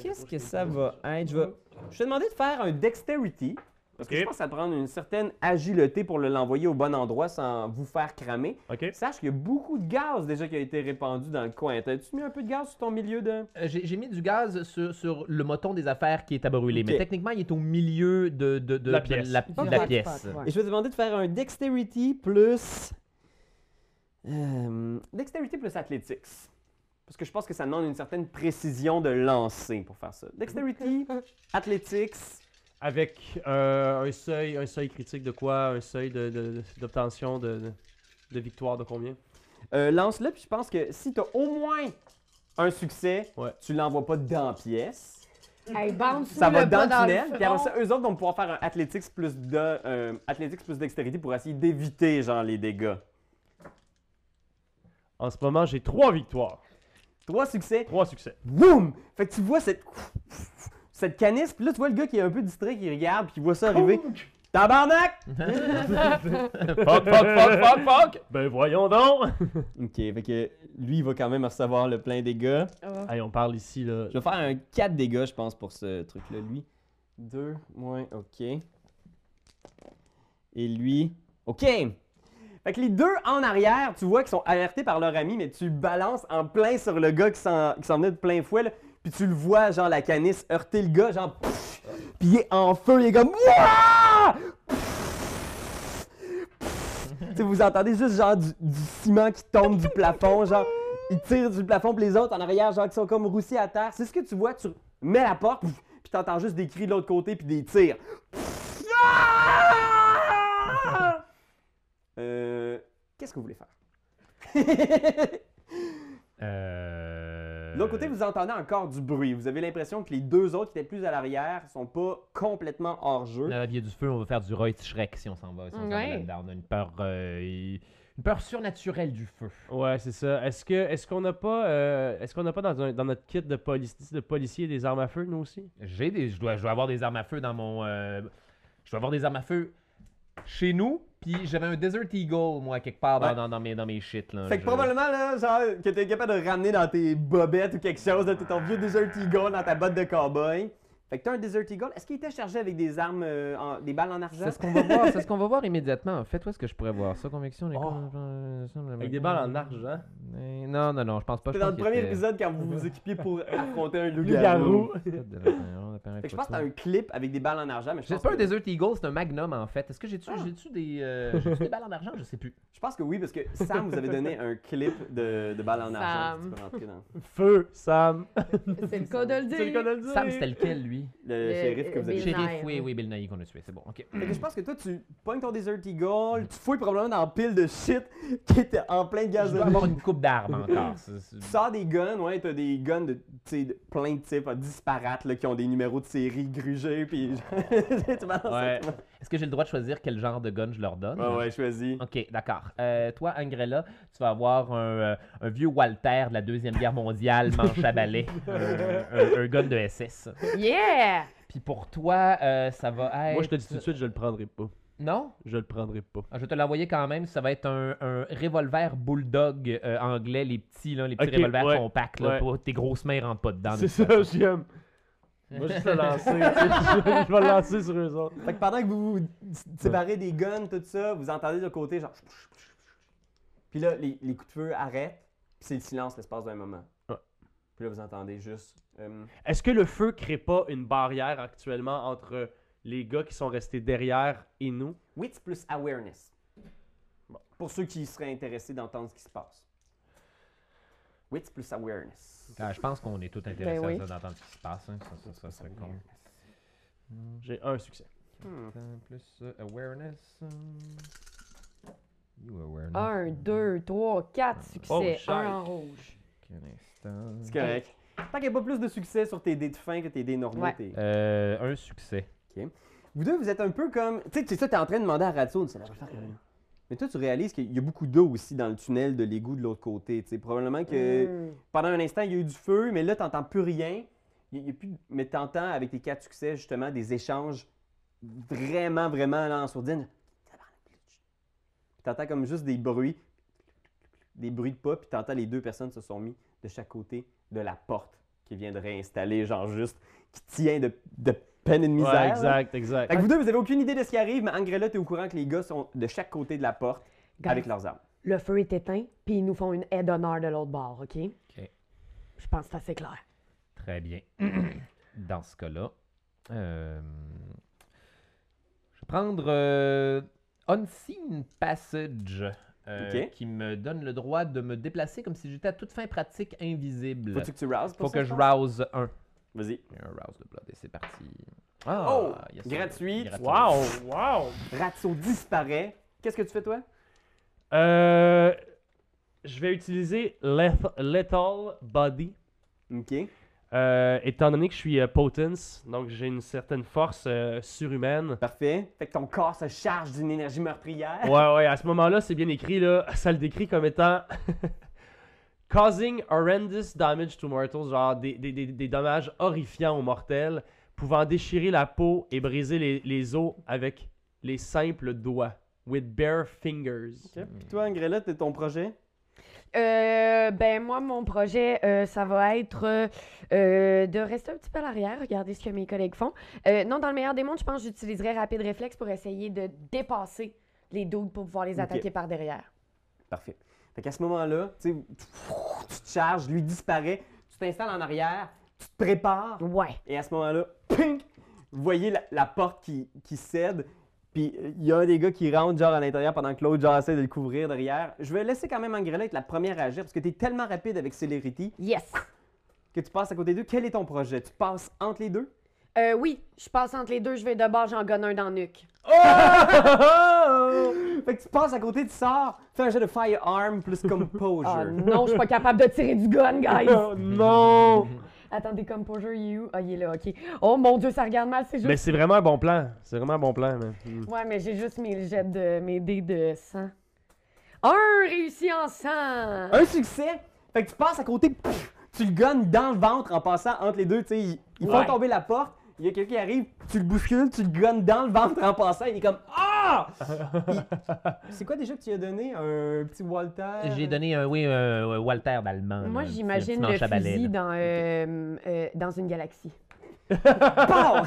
S1: Qu'est-ce que ça va être? Je vais je vais te demander de faire un dexterity. Parce
S2: Ok.
S1: que je pense que ça te prend une certaine agilité pour le- l'envoyer au bon endroit sans vous faire cramer.
S2: Ok.
S1: Sache qu'il y a beaucoup de gaz déjà qui a été répandu dans le coin. T'as-tu mis un peu de gaz sur ton milieu de.
S3: Euh, J'ai j'ai mis du gaz sur, sur le moton des affaires qui est à brûler, mais
S1: Ok.
S3: techniquement, il est au milieu de, de- de-
S2: La
S3: de
S2: pièce.
S3: la,
S2: Ok.
S3: de la pièce.
S1: Et je vais te demander de faire un dexterity plus. euh, dexterity plus athletics. Parce que je pense que ça demande une certaine précision de lancer pour faire ça. Dexterity, athletics.
S2: Avec euh, un, seuil, un seuil critique de quoi Un seuil de- de- de- d'obtention de, de, de victoire de combien
S1: Euh, Lance-le, puis je pense que si tu as au moins un succès,
S2: Ouais.
S1: tu l'envoies pas dans pièce.
S4: Hey, bounce
S1: Ça va dans
S4: dans
S1: le tunnel.
S4: le
S1: Puis après
S4: front.
S1: ça, eux autres vont pouvoir faire un athletics plus, de, euh, athletics plus dextérité pour essayer d'éviter genre les dégâts.
S2: En ce moment, j'ai trois victoires,
S1: Trois succès,
S2: trois succès.
S1: Boum! Fait que tu vois cette. Cette canisse, puis là, tu vois le gars qui est un peu distrait, qui regarde, puis qui voit ça arriver. Tabarnak!
S2: Fuck, fuck, fuck, fuck, fuck Ben voyons donc
S1: Ok, fait que lui, il va quand même recevoir le plein dégâts.
S4: Oh.
S2: Hey, on parle ici, là.
S1: Je vais faire un 4 dégâts, je pense, pour ce truc-là, lui. 2, moins, ok. Et lui, ok! Fait que les deux en arrière, tu vois qu'ils sont alertés par leur ami, mais tu balances en plein sur le gars qui s'en qui s'en venait de plein fouet, là. Puis tu le vois, genre, la canisse heurter le gars, genre, pff, puis il est en feu, il est comme, Ouah! Pff, pff. Tu sais, vous entendez juste, genre, du, du ciment qui tombe du plafond, genre, il tire du plafond, puis les autres en arrière, genre, qui sont comme roussis à terre. C'est ce que tu vois, tu mets la porte, pff, puis t'entends juste des cris de l'autre côté, puis des tirs. Pff, ah! Euh, Qu'est-ce que vous voulez faire?
S3: Euh...
S1: De l'autre côté, vous entendez encore du bruit. Vous avez l'impression que les deux autres qui étaient plus à l'arrière sont pas complètement hors jeu.
S3: Dans la vie du feu, on va faire du Roy Shrek si on s'en va. Si on s'en va
S4: Ouais.
S3: là-dedans. on a une peur, euh, une peur surnaturelle du feu.
S2: Ouais, c'est ça. Est-ce que est-ce qu'on n'a pas euh, est-ce qu'on n'a pas dans, un- dans notre kit de, polici de policiers des armes à feu nous aussi
S3: J'ai des, je dois, je dois avoir des armes à feu dans mon, euh, je dois avoir des armes à feu chez nous. Puis j'avais un Desert Eagle moi quelque part dans,
S1: Ouais.
S3: dans, dans mes dans mes shit là.
S1: Fait que
S3: Je-
S1: probablement, là, genre, que t'es capable de ramener dans tes bobettes ou quelque chose, là, t'es ton vieux Desert Eagle dans ta botte de cowboy. Fait que t'as un Desert Eagle. Est-ce qu'il était chargé avec des armes, euh, en- des balles en argent?
S3: C'est ce qu'on va voir, c'est ce qu'on va voir immédiatement. En fait, où est-ce que je pourrais voir ça, conviction les
S2: Oh.
S3: cons-
S2: Avec des balles en argent.
S3: Euh, Non, non, non, je pense pas.
S1: C'était dans
S3: je pense
S1: le
S3: qu'il
S1: premier
S3: était-
S1: épisode quand vous vous équipiez pour affronter un
S2: Le
S1: loup-garou.
S2: garou.
S1: Fait que je pense que t'as un clip avec des balles en argent, mais je
S3: C'est
S1: pense,
S3: pas un
S1: que,
S3: Desert Eagle, c'est un Magnum en fait. Est-ce que j'ai-tu
S1: Ah.
S3: j'ai-tu des, euh, j'ai-tu des balles en argent Je sais plus.
S1: je pense que oui, parce que Sam vous avait donné un clip de, de balles en argent.
S4: Sam.
S1: Tu peux rentrer dans
S2: Feu, Sam.
S4: C'est le cas de le
S2: C'est le
S4: dire.
S2: cas de le dire.
S3: Sam, c'était lequel lui
S1: le
S4: Le-
S1: shérif que vous avez
S4: Bill
S3: Shérif,
S4: Nye,
S3: oui,
S4: oui.
S3: oui, Bill Nye qu'on a tué. C'est bon, ok.
S1: Fait que je pense que toi, tu pognes ton Desert Eagle, tu fouilles probablement dans la pile de shit qui était en plein
S3: Je dois
S1: gasoline.
S3: avoir une coupe d'armes encore. c'est- c'est-
S1: Tu sors des guns, ouais, t'as des guns de, tu sais, de plein de types, hein, disparates, là, qui ont des numéros de série grugés, puis tu balances
S3: Ouais.
S1: ça.
S3: Est-ce que j'ai le droit de choisir quel genre de gun je leur donne
S1: Ouais, ouais, choisis.
S3: Ok, d'accord. Euh, toi, Angrella, tu vas avoir un, euh, un vieux Walter de la Deuxième Guerre mondiale, manche à balai, un, un- un gun de SS.
S4: Yeah!
S3: Puis pour toi, euh, ça va être.
S2: Moi je te dis tout de suite, je le prendrai pas.
S3: Non
S2: Je le prendrai pas.
S3: Ah, Je vais te l'envoyer quand même. Ça va être un, un revolver bulldog euh, anglais, les petits, là, les petits
S2: Ok,
S3: revolvers
S2: ouais,
S3: compacts. Là,
S2: ouais.
S3: pour- tes grosses mains rentrent pas dedans.
S2: C'est
S3: de
S2: ça, j'aime. Moi je vais le lancer. je vais le lancer sur eux autres.
S1: Fait que pendant que vous vous séparez des guns, tout ça, vous entendez de côté, genre. Puis là, les, les coups de feu arrêtent, puis c'est le silence l'espace d'un moment.
S2: Ouais.
S1: Puis là, vous entendez juste. euh,
S2: Est-ce que le feu crée pas une barrière actuellement entre les gars qui sont restés derrière et nous
S1: wits plus awareness. Bon, Pour ceux qui seraient intéressés d'entendre ce qui se passe. Wits plus awareness.
S3: Ah, je pense qu'on est tous intéressés
S4: Ben oui.
S3: à ça, d'entendre ce qui se passe. hein. Ça, ça, ça serait con.
S2: J'ai un succès.
S1: Hmm.
S3: Plus euh, awareness. euh.
S6: You awareness.
S4: 1, 2, 3, 4 succès.
S2: shit.
S4: 1 en rouge.
S6: Ok, un
S1: C'est
S6: instant.
S1: correct. Tant qu'il n'y a pas plus de succès sur tes dés de fin que tes dés normaux,
S4: Ouais.
S1: t'es-
S3: Euh, un succès.
S1: Vous deux, vous êtes un peu comme. Tu sais, c'est ça, t'es en train de demander à Ratson, c'est la affaire. Mais toi, tu réalises qu'il y a beaucoup d'eau aussi dans le tunnel de l'égout de l'autre côté. tu sais. probablement que
S4: Hmm.
S1: pendant un instant, il y a eu du feu, mais là, t'entends plus rien. Il y a- il y a plus... de- Mais t'entends, avec tes quatre succès, justement, des échanges vraiment, vraiment là, en sourdine. Puis T'entends comme juste des bruits, des bruits de pas, puis t'entends les deux personnes se sont mis de chaque côté de la porte qui vient de réinstaller, genre juste, qui tient de, de peine et de misère.
S2: Ouais,
S1: là.
S2: exact, exact.
S1: Fait que vous deux, vous avez aucune idée de ce qui arrive, mais Angrella, t'es au courant que les gars sont de chaque côté de la porte
S4: Guys,
S1: avec leurs armes.
S4: Le feu est éteint, puis ils nous font une aide d'honneur de l'autre bord, OK?
S3: OK.
S4: Je pense que c'est assez clair.
S3: Très bien. Dans ce cas-là, euh, je vais prendre euh, Unseen Passage. euh,
S1: Ok.
S3: Qui me donne le droit de me déplacer comme si j'étais à toute fin pratique invisible.
S1: Faut-tu que tu rouses pour
S3: Faut
S1: ça,
S3: que je
S1: pense?
S3: rouse un.
S1: Vas-y.
S3: Un rouse de blood et c'est parti. Ah,
S1: Oh,
S3: yes,
S1: gratuit.
S2: Wow, wow.
S1: Ratso disparaît. Qu'est-ce que tu fais, toi?
S2: Euh, je vais utiliser Leth- Lethal Body.
S1: OK.
S2: Euh, étant donné que je suis euh, potence, donc j'ai une certaine force euh, surhumaine.
S1: Parfait. Fait que ton corps se charge d'une énergie meurtrière.
S2: Ouais, ouais, à ce moment-là, c'est bien écrit, là. Ça le décrit comme étant. Causing horrendous damage to mortals, genre des, des- des- des dommages horrifiants aux mortels, pouvant déchirer la peau et briser les, les os avec les simples doigts. With bare fingers.
S1: Puis toi, Angrella, t'es ton projet?
S4: Euh, ben moi, mon projet, euh, ça va être euh, euh, de rester un petit peu à l'arrière, regarder ce que mes collègues font. Euh, non, dans le meilleur des mondes, je pense que j'utiliserai rapide réflexe pour essayer de dépasser les doubles pour pouvoir les
S1: Ok.
S4: attaquer par derrière.
S1: Parfait. Fait qu'à ce moment-là, tu sais, tu te charges, lui disparaît, tu t'installes en arrière, tu te prépares,
S4: Ouais.
S1: Et à ce moment-là, ping! Vous voyez la, la porte qui, qui cède. Puis euh, il y a un des gars qui rentre genre à l'intérieur pendant que l'autre genre essaie de le couvrir derrière. Je vais laisser quand même Angrella être la première à agir parce que t'es tellement rapide avec Celerity
S4: Yes.
S1: que tu passes à côté d'eux. Quel est ton projet? Tu passes entre les deux?
S4: Euh, oui, je passe entre les deux, je vais de bord, j'en gonne un dans le nuque.
S1: Oh! fait que tu passes à côté, tu sors, fais un jeu de firearm plus
S4: Ah
S1: composure.
S4: non, je suis pas capable de tirer du gun, guys.
S2: Oh non!
S4: Attendez, Composure, il est où? Ah, il est là, OK. Oh mon Dieu, ça regarde mal, c'est juste...
S2: Mais c'est vraiment un bon plan. C'est vraiment un bon plan, man.
S4: Ouais, mais j'ai juste mes jets de... mes dés de sang. Un réussi en sang!
S1: Un succès! Fait que tu passes à côté, pff, tu le gonnes dans le ventre en passant entre les deux. tu sais, Ils, ils font
S4: Ouais.
S1: tomber la porte, il y a quelqu'un qui arrive, tu le bouscules, tu le gonnes dans le ventre en passant, il est comme Ah! Il- C'est quoi déjà que tu lui as donné? Un petit Walter?
S3: J'ai donné un, oui, un Walter d'allemand.
S1: Ah,
S4: Moi,
S3: là, un petit- un
S4: j'imagine
S3: petit
S4: le
S3: manche à balai,
S4: fusil
S3: là.
S4: dans, euh, euh, dans une galaxie.
S1: Pow!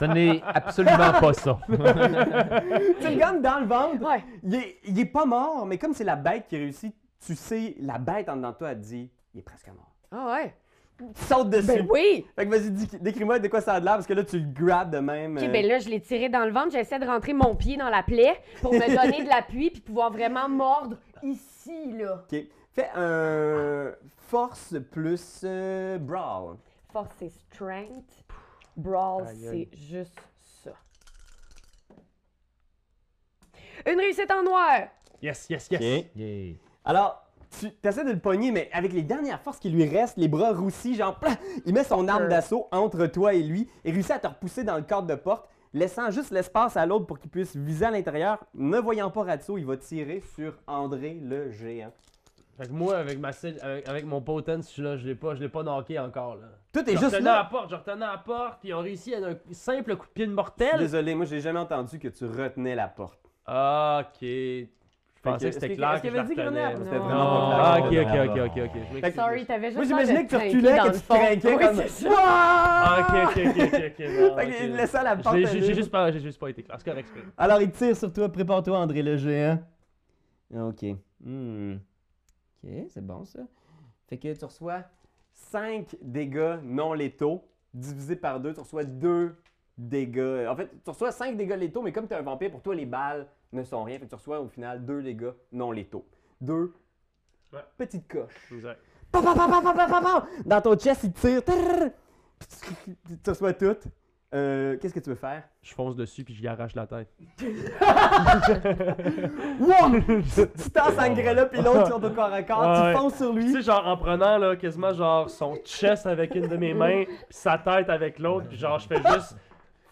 S3: Ce n'est absolument pas ça.
S1: tu le gonnes dans le ventre,
S4: Ouais.
S1: il est, il est pas mort, mais comme c'est la bête qui réussit, tu sais, la bête en dedans de toi, elle te dit Il est presque mort.
S4: Ah ouais.
S1: Tu sautes dessus.
S4: Ben oui.
S1: Fait que vas-y, dis- décris-moi de quoi ça a l'air, parce que là, tu le grabes de même.
S4: OK,
S1: euh,
S4: ben là, je l'ai tiré dans le ventre. J'essaie de rentrer mon pied dans la plaie pour me donner de l'appui puis pouvoir vraiment mordre ici, là.
S1: Ok. Fais un force plus euh, brawl.
S4: Force, c'est strength. Brawl,
S2: Aïe,
S4: c'est
S2: aïe.
S4: juste ça. Une réussite en noir.
S2: Yes, yes, yes.
S3: Yay.
S1: Alors, tu essaies de le pogner, mais avec les dernières forces qui lui restent, les bras roussis, genre, plah, il met son arme
S4: Euh.
S1: d'assaut entre toi et lui et réussit à te repousser dans le cadre de porte, laissant juste l'espace à l'autre pour qu'il puisse viser à l'intérieur. Ne voyant pas Ratso, il va tirer sur André le géant.
S2: Fait que moi, avec, ma, cell- avec, avec mon potence, je suis là, je l'ai pas, je l'ai pas knocké encore, là.
S1: Tout
S2: Je
S1: est juste
S2: retenais à la
S1: là.
S2: porte, je retenais à la porte, puis ils ont réussi à un simple coup de pied de
S1: Je suis
S2: mortel.
S1: Désolé, moi j'ai jamais entendu que tu retenais la porte.
S2: Ah, Ok. Je pensais
S1: Fait
S2: que c'était
S1: est-ce
S2: clair.
S1: est-ce
S2: que
S1: qu'il avait
S2: je
S1: dit
S2: la
S1: Grenade?
S2: retenais.
S1: C'était
S4: Non.
S1: vraiment pas clair.
S2: Ah,
S6: Non,
S2: ok,
S6: non,
S2: ok,
S6: non,
S2: ok,
S6: non.
S2: ok, ok. Je m'excuse.
S4: Sorry, t'avais juste
S1: Moi
S4: l'air de
S1: j'imaginais que tu
S4: trinquer
S1: reculais,
S4: dans
S1: que
S4: le
S1: tu
S4: fond.
S1: trinquais
S4: Oui,
S1: comme.
S4: c'est ça.
S1: Ah!
S2: Ah, ok, ok, ok, ok, ok. bon,
S1: Fait
S2: ok.
S1: qu'il laissait la porte.
S2: J'ai-
S1: à
S2: J'ai
S1: lui.
S2: j'ai juste pas, j'ai juste pas été clair. C'est correct, c'est correct.
S1: Alors, il tire sur toi. Prépare-toi, André le géant. OK. Hmm. OK, c'est bon, ça. Fait que tu reçois 5 dégâts non létaux divisé par 2. Tu reçois 2 dégâts. En fait, tu reçois 5 dégâts létaux, mais comme tu es un vampire, pour toi, les balles ne sont rien. Fait que tu reçois au final 2 dégâts non létaux. 2
S2: Ouais.
S1: petites coches.
S2: Exact.
S1: Pa, pa, pa, pa, pa, pa, pa, pa. Dans ton chest, il tire. Trrr. Puis tu- Tu reçois toutes. Euh, Qu'est-ce que tu veux faire?
S2: Je fonce dessus puis je lui arrache la tête.
S1: Wow! tu t'ensangrais là, puis l'autre, ils sont au corps à corps,
S2: Ouais.
S1: tu fonces sur
S2: Tu
S1: lui.
S2: sais, genre en prenant là, quasiment genre son chest avec une de mes mains, puis sa tête avec l'autre, puis genre je fais juste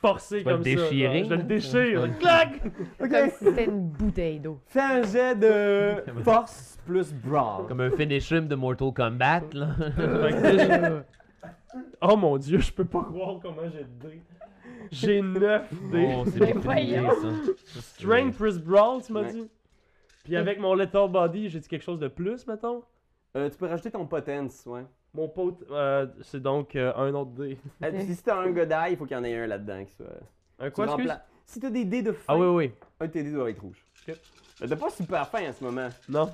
S2: forcer
S3: vas
S2: comme
S3: le déchirer.
S2: ça. genre, Je le déchire. Clac!
S4: Comme
S1: Ok,
S4: si c'était une bouteille d'eau.
S1: fais un jet de force plus brawl.
S3: Comme un finishum de Mortal Kombat, là.
S2: Fait que déjà- Oh mon dieu, je peux pas croire comment j'ai de dés. J'ai 9 dés.
S3: Oh, c'est beaucoup de
S4: voyons.
S3: dés, ça.
S2: Strength plus brawl, tu m'as
S1: Ouais.
S2: dit. Puis avec mon Lethal Body, j'ai dit quelque chose de plus, mettons.
S1: Euh, tu peux rajouter ton potence, ouais.
S2: Mon pote, euh, c'est donc euh, un autre dé.
S1: Euh, si t'as un godaille, il faut qu'il y en ait un là-dedans qui soit.
S2: Un
S1: Tu
S2: quoi, excuse?
S1: rempla- Si t'as des dés de fin,
S2: Ah oui, oui.
S1: un de tes dés doit être rouge.
S2: Ok.
S1: Euh, T'as pas super faim en ce moment.
S2: Non.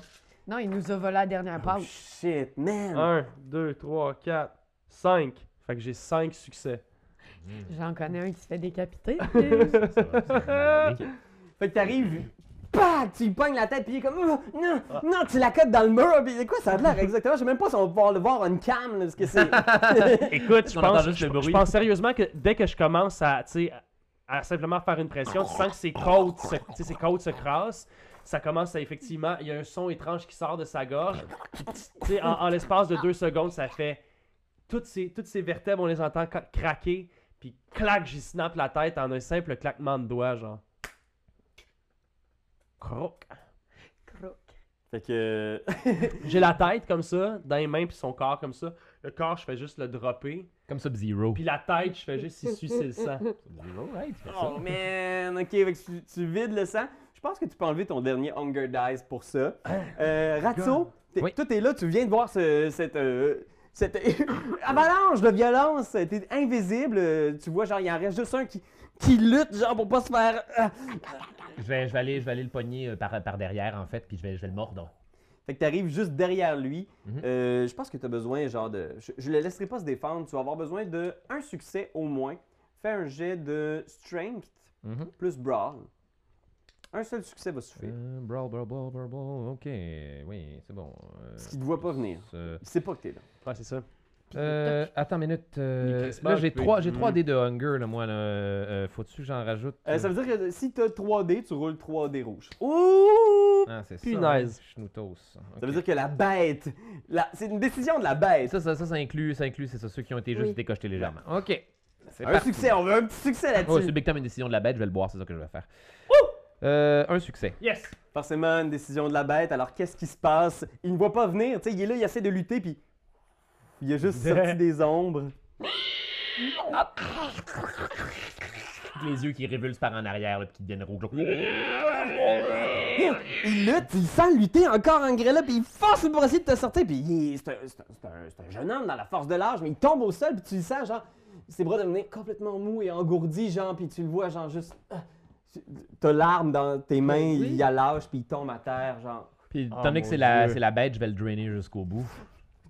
S4: Non, il nous a volé la dernière
S1: Oh,
S4: pâte.
S1: shit, man!
S2: 1, 2, 3, 4, 5. Fait que j'ai 5 succès.
S4: J'en connais un qui se fait décapiter.
S3: Ça va, ça va aller.
S1: Fait que t'arrives, bah, tu lui pognes la tête, puis il est comme, Oh, non, non, tu la cotes dans le mur, puis c'est quoi ça a l'air exactement? Je sais même pas si on va pouvoir le voir en cam, là, parce que c'est.
S2: Écoute, je
S3: On entend
S2: pense,
S3: juste
S2: je,
S3: le bruit.
S2: je pense sérieusement que dès que je commence à, tu sais, à simplement faire une pression, tu sens que ses côtes, se, tu sais, ses côtes se crassent. Ça commence à effectivement, il y a un son étrange qui sort de sa gorge. Tu sais, en, en l'espace de deux secondes, ça fait toutes ces, toutes ces vertèbres, on les entend ca- craquer, puis clac, j'y snap la tête en un simple claquement de doigts, genre. Croc.
S1: fait que. euh,
S2: J'ai la tête comme ça, dans les mains, puis son corps comme ça. Le corps, je fais juste le dropper.
S3: Comme Sub-Zero.
S2: Puis la tête, je fais juste y sucer le sang.
S3: Sub-Zero, right? tu fais ça.
S1: Oh man, ok, fait que tu, tu vides le sang. Je pense que tu peux enlever ton dernier Hunger Dice pour ça. Euh, Ratso, t'es-
S3: Oui.
S1: toi t'es là, tu viens de voir ce- cette. euh, cette avalanche de violence, t'es invisible, euh, tu vois, genre, il en reste juste un qui, qui lutte, genre, pour pas se faire. ah.
S3: Je vais, je vais aller, je vais aller le pogner euh, par, par derrière, en fait, puis je vais, je vais le mordre.
S1: Fait que t'arrives juste derrière lui.
S3: Mhm.
S1: Euh, je pense que t'as besoin, genre, de. Je, je le laisserai pas se défendre, tu vas avoir besoin de un succès au moins. Fais un jet de Strength
S2: Mm-hmm.
S3: Mhm.
S1: plus Brawl. Un seul succès va suffire.
S3: Euh, brawl, brawl, brawl, brawl, brawl. Ok, oui, c'est bon. Euh,
S1: Ce qui te voit pas venir.
S3: euh,
S1: Il sait pas que t'es là.
S2: Ouais, c'est ça.
S3: euh, attends une minute. euh,
S2: Il est crissement
S3: là, j'ai
S2: occupé.
S3: trois, j'ai trois
S2: Mm.
S3: dés de hunger, là, moi. Là. Euh, Faut-tu que j'en rajoute
S1: Euh, ça
S3: euh?
S1: veut dire que si t'as 3D, tu roules 3D rouge. Ouh!
S3: Ah, c'est ça.
S2: Punaise.
S3: ouais, Schnoutos.
S1: Ça veut dire que la bête. la- C'est une décision de la bête.
S3: Ça, ça, ça, ça inclut, ça inclut, c'est ça, ceux qui ont été juste
S4: Oui.
S3: décochetés légèrement. Ok. C'est
S1: Un
S3: parti.
S1: succès, on veut un petit succès
S3: Oh, c'est
S1: là-dessus.
S3: big time une décision de la bête, je vais le boire, c'est ça que je vais faire. Euh, un succès.
S2: Yes!
S1: Forcément, une décision de la bête. Alors qu'est-ce qui se passe? Il ne voit pas venir. tu sais, il est là, il essaie de lutter, puis. Il a juste sorti des ombres.
S3: Les yeux qui révulsent par en arrière, là, puis qui deviennent rouges.
S1: Il lutte, il sent lutter encore en grêle, puis il force pour essayer de te sortir. Puis il- c'est un, c'est un- c'est un- c'est un jeune homme dans la force de l'âge, mais il tombe au sol, puis tu le sens, genre, ses bras devenir complètement mous et engourdis, genre, puis tu le vois, genre, juste. ah, tu- T'as l'arme dans tes mains, il y a lâche, puis il tombe à terre, genre.
S3: Puis, étant
S2: Oh,
S3: donné que
S2: mon
S3: c'est la,
S2: Dieu.
S3: c'est la bête, je vais le drainer jusqu'au bout.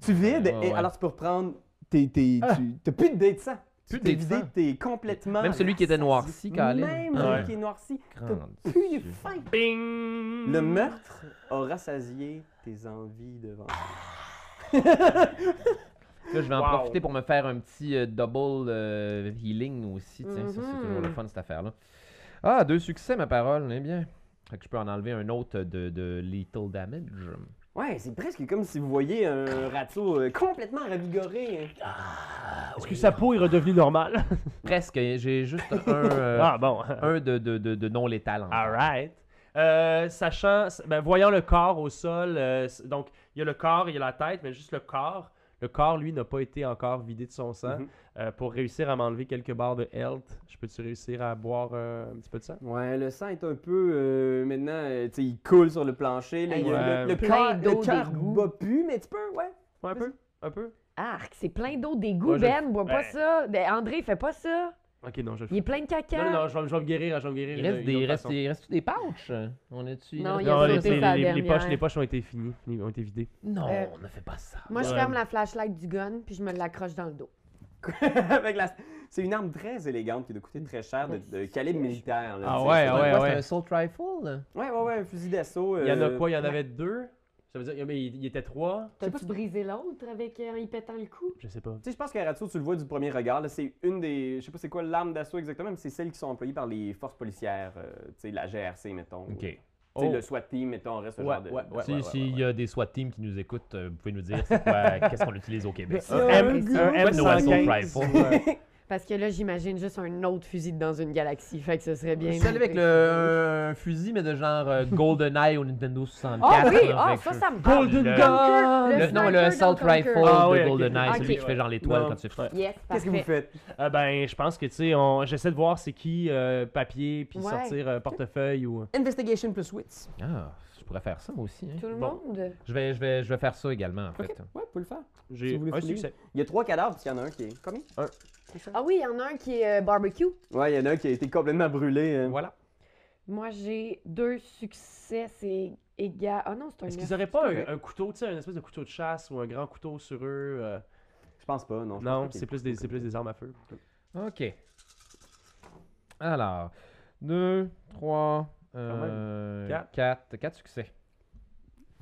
S1: Tu vides,
S3: Ah, Ouais,
S1: et
S3: ouais.
S1: alors tu peux reprendre. tes- tes- tu- T'as plus de dés de sang. Tu
S3: Plus de
S1: t'es
S3: dés de
S1: vidé,
S3: sang.
S1: t'es complètement.
S3: Même celui qui était noirci, Colin.
S1: Même
S2: Ouais.
S1: celui qui est noirci.
S3: Grand
S1: T'as
S3: Dieu.
S1: plus de faim.
S2: Bing!
S1: Le meurtre a rassasié tes envies de vengeance.
S3: Là, je vais en
S2: Wow.
S3: profiter pour me faire un petit euh, double euh, healing aussi. Tiens, ça, c'est toujours le
S4: Mhm.
S3: fun, cette affaire-là. Ah, deux succès, ma parole. Eh bien. Fait que je peux en enlever un autre de, de lethal damage.
S1: Ouais, c'est presque comme si vous voyiez un ratio euh, complètement ravigoré. hein.
S2: Ah Est-ce que sa peau est redevenue normale?
S3: Presque. J'ai juste un, euh,
S2: ah bon.
S3: un de, de, de, de non létal. en
S2: Ah,
S3: fait.
S2: Alright. Euh, sachant, ben, voyant le corps au sol, euh, c- donc il y a le corps, il y a la tête, mais juste le corps. Le corps, lui, n'a pas été encore vidé de son sang.
S1: Mhm.
S2: Euh, pour réussir à m'enlever quelques barres de health, je peux-tu réussir à boire euh, un petit peu de sang?
S1: Ouais, le sang est un peu. euh, maintenant, euh, tu sais, il coule sur le plancher. là, il y a
S2: Ouais.
S1: le, le
S4: Plein
S1: cœur-
S4: d'eau
S1: le cœur
S4: d'égout.
S1: bat plus, mais tu peux, ouais.
S2: Ouais, un peu. Un peu.
S4: Arc, c'est plein d'eau d'égout,
S2: Moi, je-
S4: Ben. Bois pas
S2: Ben.
S4: ça. Ben, André, fais pas ça.
S2: Ok, non, je le
S4: Il est plein de
S2: Non,
S4: caca.
S2: non, non, je vais, je vais me guérir, je vais me guérir.
S3: Il
S2: d'une-
S3: reste
S2: d'une
S3: des, il
S2: autre
S3: reste,
S2: façon.
S3: il reste des pouches.
S4: Non,
S3: On a-tu. il reste-
S4: il y a
S2: Non,
S4: ça
S2: les,
S4: aussi,
S2: les-
S4: c'est la
S2: les- les poches,
S4: dernière.
S2: les poches ont été finies, ont été vidées.
S3: Non,
S4: Euh,
S3: on ne fait pas ça.
S4: Moi, je
S2: Ouais.
S4: ferme la flashlight du gun, puis je me l'accroche dans le dos.
S1: Avec la- C'est une arme très élégante qui doit coûter très cher de, de calibre militaire. là,
S2: Ah
S1: tu sais,
S2: ouais,
S1: c'est-
S3: C'est quoi,
S2: ouais,
S3: C'est
S2: ouais.
S3: un soul rifle. là?
S1: Ouais, ouais, ouais, un fusil d'assaut.
S2: Il y en a
S1: euh,
S2: quoi Il y en avait deux Ça veut dire, mais il, il était trois.
S4: T'as-tu brisé l'autre avec euh, en y pétant le cou?
S2: Je sais pas.
S1: Tu sais, je pense qu'Aratsu, tu le vois du premier regard, là, c'est une des. Je sais pas c'est quoi l'arme d'assaut exactement, mais c'est celles qui sont employées par les forces policières, euh, tu sais, la GRC, mettons.
S3: OK.
S1: Tu sais,
S2: Oh.
S1: le SWAT team, mettons, reste ce
S2: Ouais,
S1: genre de.
S2: ouais, ouais,
S3: si
S1: ouais,
S3: s'il
S1: ouais.
S3: y a des SWAT teams qui nous écoutent, euh, vous pouvez nous dire c'est quoi, qu'est-ce qu'on utilise au Québec.
S2: Un Ah, M-
S1: gros
S2: un M
S3: 115.
S2: rifle. Ouais.
S4: Parce que là, j'imagine juste un autre fusil dans une galaxie, fait que ce serait bien.
S3: Celle avec le un fusil, mais de genre euh, GoldenEye au Nintendo 64.
S4: Ah oui!
S3: là,
S4: Ah, ça,
S3: fait que-
S4: ça me parle!
S2: Golden
S3: Le-
S2: Gun!
S4: Le-
S3: Le- non, le
S4: sniper
S3: Assault
S4: dans Conquer.
S3: Rifle
S2: Ah
S3: de
S2: ouais, ok,
S3: GoldenEye,
S4: ok.
S3: celui qui fait genre l'étoile
S1: Non.
S3: quand tu fais.
S4: Yes,
S1: Qu'est-ce
S4: parfait.
S1: que vous faites?
S2: Euh, ben, je pense que, tu sais, on... j'essaie de voir c'est qui euh, papier, puis
S4: Ouais.
S2: sortir euh, portefeuille ou.
S1: Investigation plus wits.
S3: Ah, je pourrais faire ça moi aussi. hein.
S4: Tout le
S2: Bon.
S4: monde?
S3: Je vais, je, vais, je vais faire ça également en
S1: Ok,
S3: fait.
S1: ouais, vous pouvez le faire. Si
S2: J'ai
S1: vous voulez
S2: un
S1: finir.
S2: succès.
S1: Il y a trois cadavres, puis il y en a un qui est. Combien
S2: Un.
S1: C'est ça?
S4: Ah oui, il y en a un qui est euh, barbecue.
S1: Ouais, il y en a un qui a été complètement brûlé. hein.
S3: Voilà.
S4: Moi, j'ai deux succès, c'est égal. Ah non, c'est un
S2: Est-ce
S4: neuf.
S2: qu'ils auraient pas un,
S1: correct.
S2: un couteau, tu sais, un espèce de couteau de chasse ou un grand couteau sur eux euh,
S1: Je pense pas, non. je pense
S2: Non,
S1: pas qu'il y
S2: c'est
S1: ait-
S2: plus, des, c'est plus des armes à feu.
S3: Ok. Alors, 2, 3,
S2: Quatre.
S3: 4. 4 Euh, succès.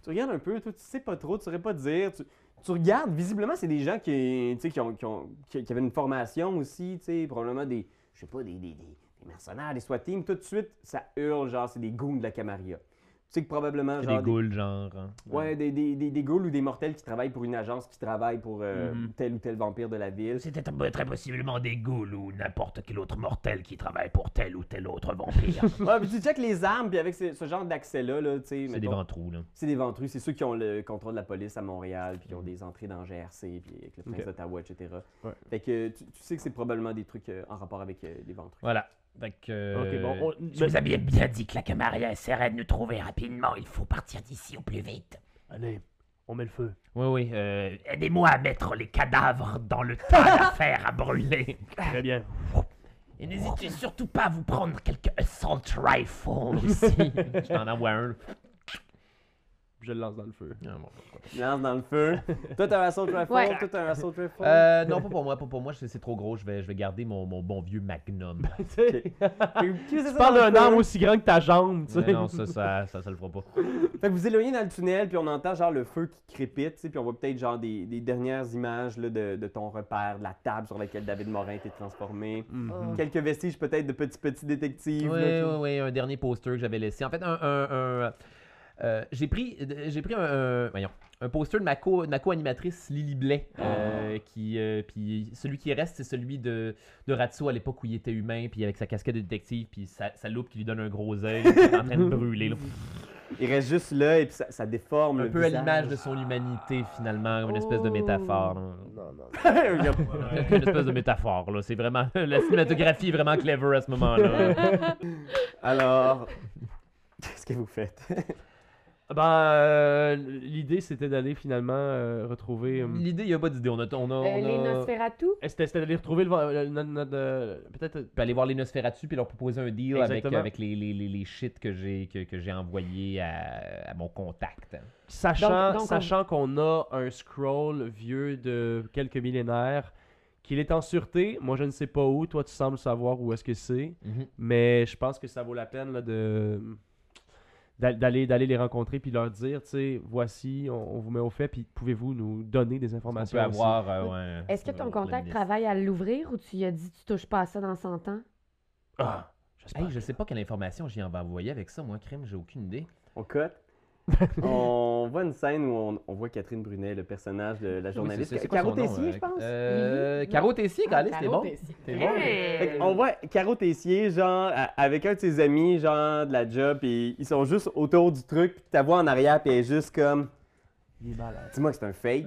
S1: Tu regardes un peu, toi, tu sais pas trop, tu saurais pas dire. Tu, tu regardes, visiblement, c'est des gens qui, tu sais, qui, ont, qui, ont- qui- qui avaient une formation aussi, tu sais, probablement des, je sais pas, des, des, des- des mercenaires, des SWAT teams. Tout de suite, ça hurle, genre, c'est des goons de la Camaria. Tu sais que probablement,
S3: C'est
S1: genre,
S3: des ghouls, genre. hein.
S1: ouais, des, des, des, des ghouls ou des mortels qui travaillent pour une agence, qui travaillent pour euh,
S2: Mhm.
S1: tel ou tel vampire de la ville.
S5: C'était un- très possiblement des ghouls ou n'importe quel autre mortel qui travaille pour tel ou tel autre vampire.
S1: ouais, puis tu check les armes, puis avec ce, ce genre d'accès-là, là, tu sais,
S3: C'est des
S1: mettons,
S3: ventrous, là.
S1: C'est des ventrus, c'est ceux qui ont le contrôle de la police à Montréal, puis qui ont des entrées dans GRC, puis avec le prince
S2: Ok.
S1: d'Ottawa, etc.
S2: Ouais.
S1: Fait que tu, tu sais que c'est probablement des trucs euh, en rapport avec euh, les ventrus.
S3: Voilà. Fait que,
S2: Ok, bon.
S3: euh,
S2: on-
S5: Je vous avais bien dit que la Camaria essaierait de nous trouver rapidement. Il faut partir d'ici au plus vite.
S2: Allez, on met le feu.
S3: Oui, oui. euh,
S5: Aidez-moi à mettre les cadavres dans le tas d'affaires à brûler.
S2: Très bien.
S5: Et n'hésitez surtout pas à vous prendre quelques assault rifles aussi.
S3: je t'en envoie un. là.
S2: Je le lance dans le feu.
S3: Ah, bon.
S1: Lance dans le feu. toi, t'as un assault rifle,
S4: Ouais.
S1: toi, t'as un assault rifle.
S3: Euh, non, pas pour moi, pas pour moi, c'est c'est trop gros, je vais, je vais garder mon, mon bon vieux magnum.
S2: tu
S1: Fait que vous utilisez ça dans
S2: parles
S1: le
S2: d'un
S1: feu.
S2: arbre aussi grand que ta jambe, tu
S3: Mais
S2: sais.
S3: non, ça, ça, ça, ça le fera pas.
S1: Fait que vous éloignez dans le tunnel, puis on entend genre le feu qui crépite, tu sais, puis on voit peut-être genre des, des dernières images là, de, de ton repère, de la table sur laquelle David Morin était transformé.
S4: Mm.
S2: Mhm.
S1: Quelques vestiges peut-être de petits petits détectives.
S3: Oui,
S1: là,
S3: oui, oui, un dernier poster que j'avais laissé. En fait, un. un- un, euh, j'ai pris, euh, j'ai pris un, un- voyons, un poster de ma, co, de ma co-animatrice Lily Blais. euh,
S1: Ah.
S3: qui, euh, puis celui qui reste, c'est celui de, de Ratso à l'époque où il était humain, puis avec sa casquette de détective, puis sa, sa loupe qui lui donne un gros œil, qui est en train de brûler. là.
S1: Il reste juste là, et puis ça, ça déforme
S3: Un
S1: le
S3: peu à
S1: visage.
S3: l'image de son humanité, finalement, comme une espèce de
S4: Oh.
S3: métaphore. là.
S1: Il y a-
S3: une espèce de métaphore, là. C'est vraiment. La cinématographie est vraiment clever à ce moment-là.
S1: Alors, qu'est-ce que vous faites?
S2: Ben, euh, l'idée c'était d'aller finalement euh, retrouver. euh,
S3: L'idée, il n'y a pas d'idée. On a. On a,
S4: Euh,
S3: on
S4: les
S3: a-
S4: Nosferatu?
S2: eh, C'était c'était d'aller retrouver le, vent- le- notre- notre, euh, peut-être
S3: puis aller voir les Nosferatu puis leur proposer un deal avec,
S2: Exactement.
S3: avec les, les, les, les shit que j'ai que, que j'ai envoyé à, à mon contact.
S2: Sachant,
S4: Donc- donc
S2: sachant qu'on a un scroll vieux de quelques millénaires, qu'il est en sûreté, moi je ne sais pas où, toi tu sembles savoir où est-ce que c'est, mais je pense que ça vaut la peine là, de d'a- d'aller d'aller les rencontrer puis leur dire, tu sais, voici, on, on vous met au fait, puis pouvez-vous nous donner des
S3: On
S2: informations
S3: peut
S2: aussi?
S3: avoir. euh, ouais,
S4: Est-ce que
S3: euh,
S4: ton
S3: une
S4: contact
S3: liste.
S4: travaille à l'ouvrir ou tu lui as dit tu touches pas à ça dans 100 ans?
S2: Ah, j'espère.
S3: Hey, je sais pas quelle information j'ai envoyé avec ça, moi, crime, j'ai aucune idée.
S1: On cote. on voit une scène où on, on voit Catherine Brunet, le personnage de la journaliste.
S3: Oui, c'est- c'est quoi
S1: Caro
S3: son nom,
S1: Tessier,
S3: euh,
S1: je pense.
S3: Euh,
S4: Lily?
S3: Caro Tessier, Calis, t'es bon? T'es bon?
S1: Fait qu'on voit Caro Tessier, genre, à- avec un de ses amis, genre, de la job, puis ils sont juste autour du truc, puis ta voix en arrière, puis elle est juste comme.
S2: Il est malade.
S1: Dis-moi que c'est un fake.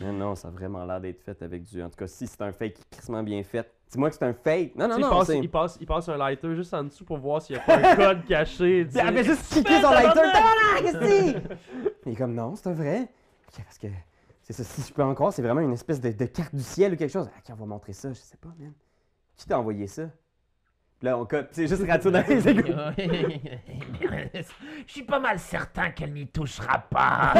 S1: non, non, ça a vraiment l'air d'être fait avec du. En tout cas, si c'est un fake crissement bien fait, dis-moi que c'est un fake. Non, non,
S2: Tu sais,
S1: non,
S2: il, passe,
S1: c'est.
S2: il, passe, il passe un lighter juste en dessous pour voir s'il n'y a pas un code caché. tu
S1: Puis
S2: sais.
S1: elle avait juste cliqué sur lighter, Ben, tabarnak, qu'est-ce que c'est? Il est comme non, c'est un vrai. Puis Parce que c'est ça, si je peux encore, c'est vraiment une espèce de, de carte du ciel ou quelque chose. À qui on va montrer ça? Je sais pas, man. Qui t'a envoyé ça? Puis là, on cote, c'est juste raté dans les égouts.
S5: Je suis pas mal certain qu'elle n'y touchera pas.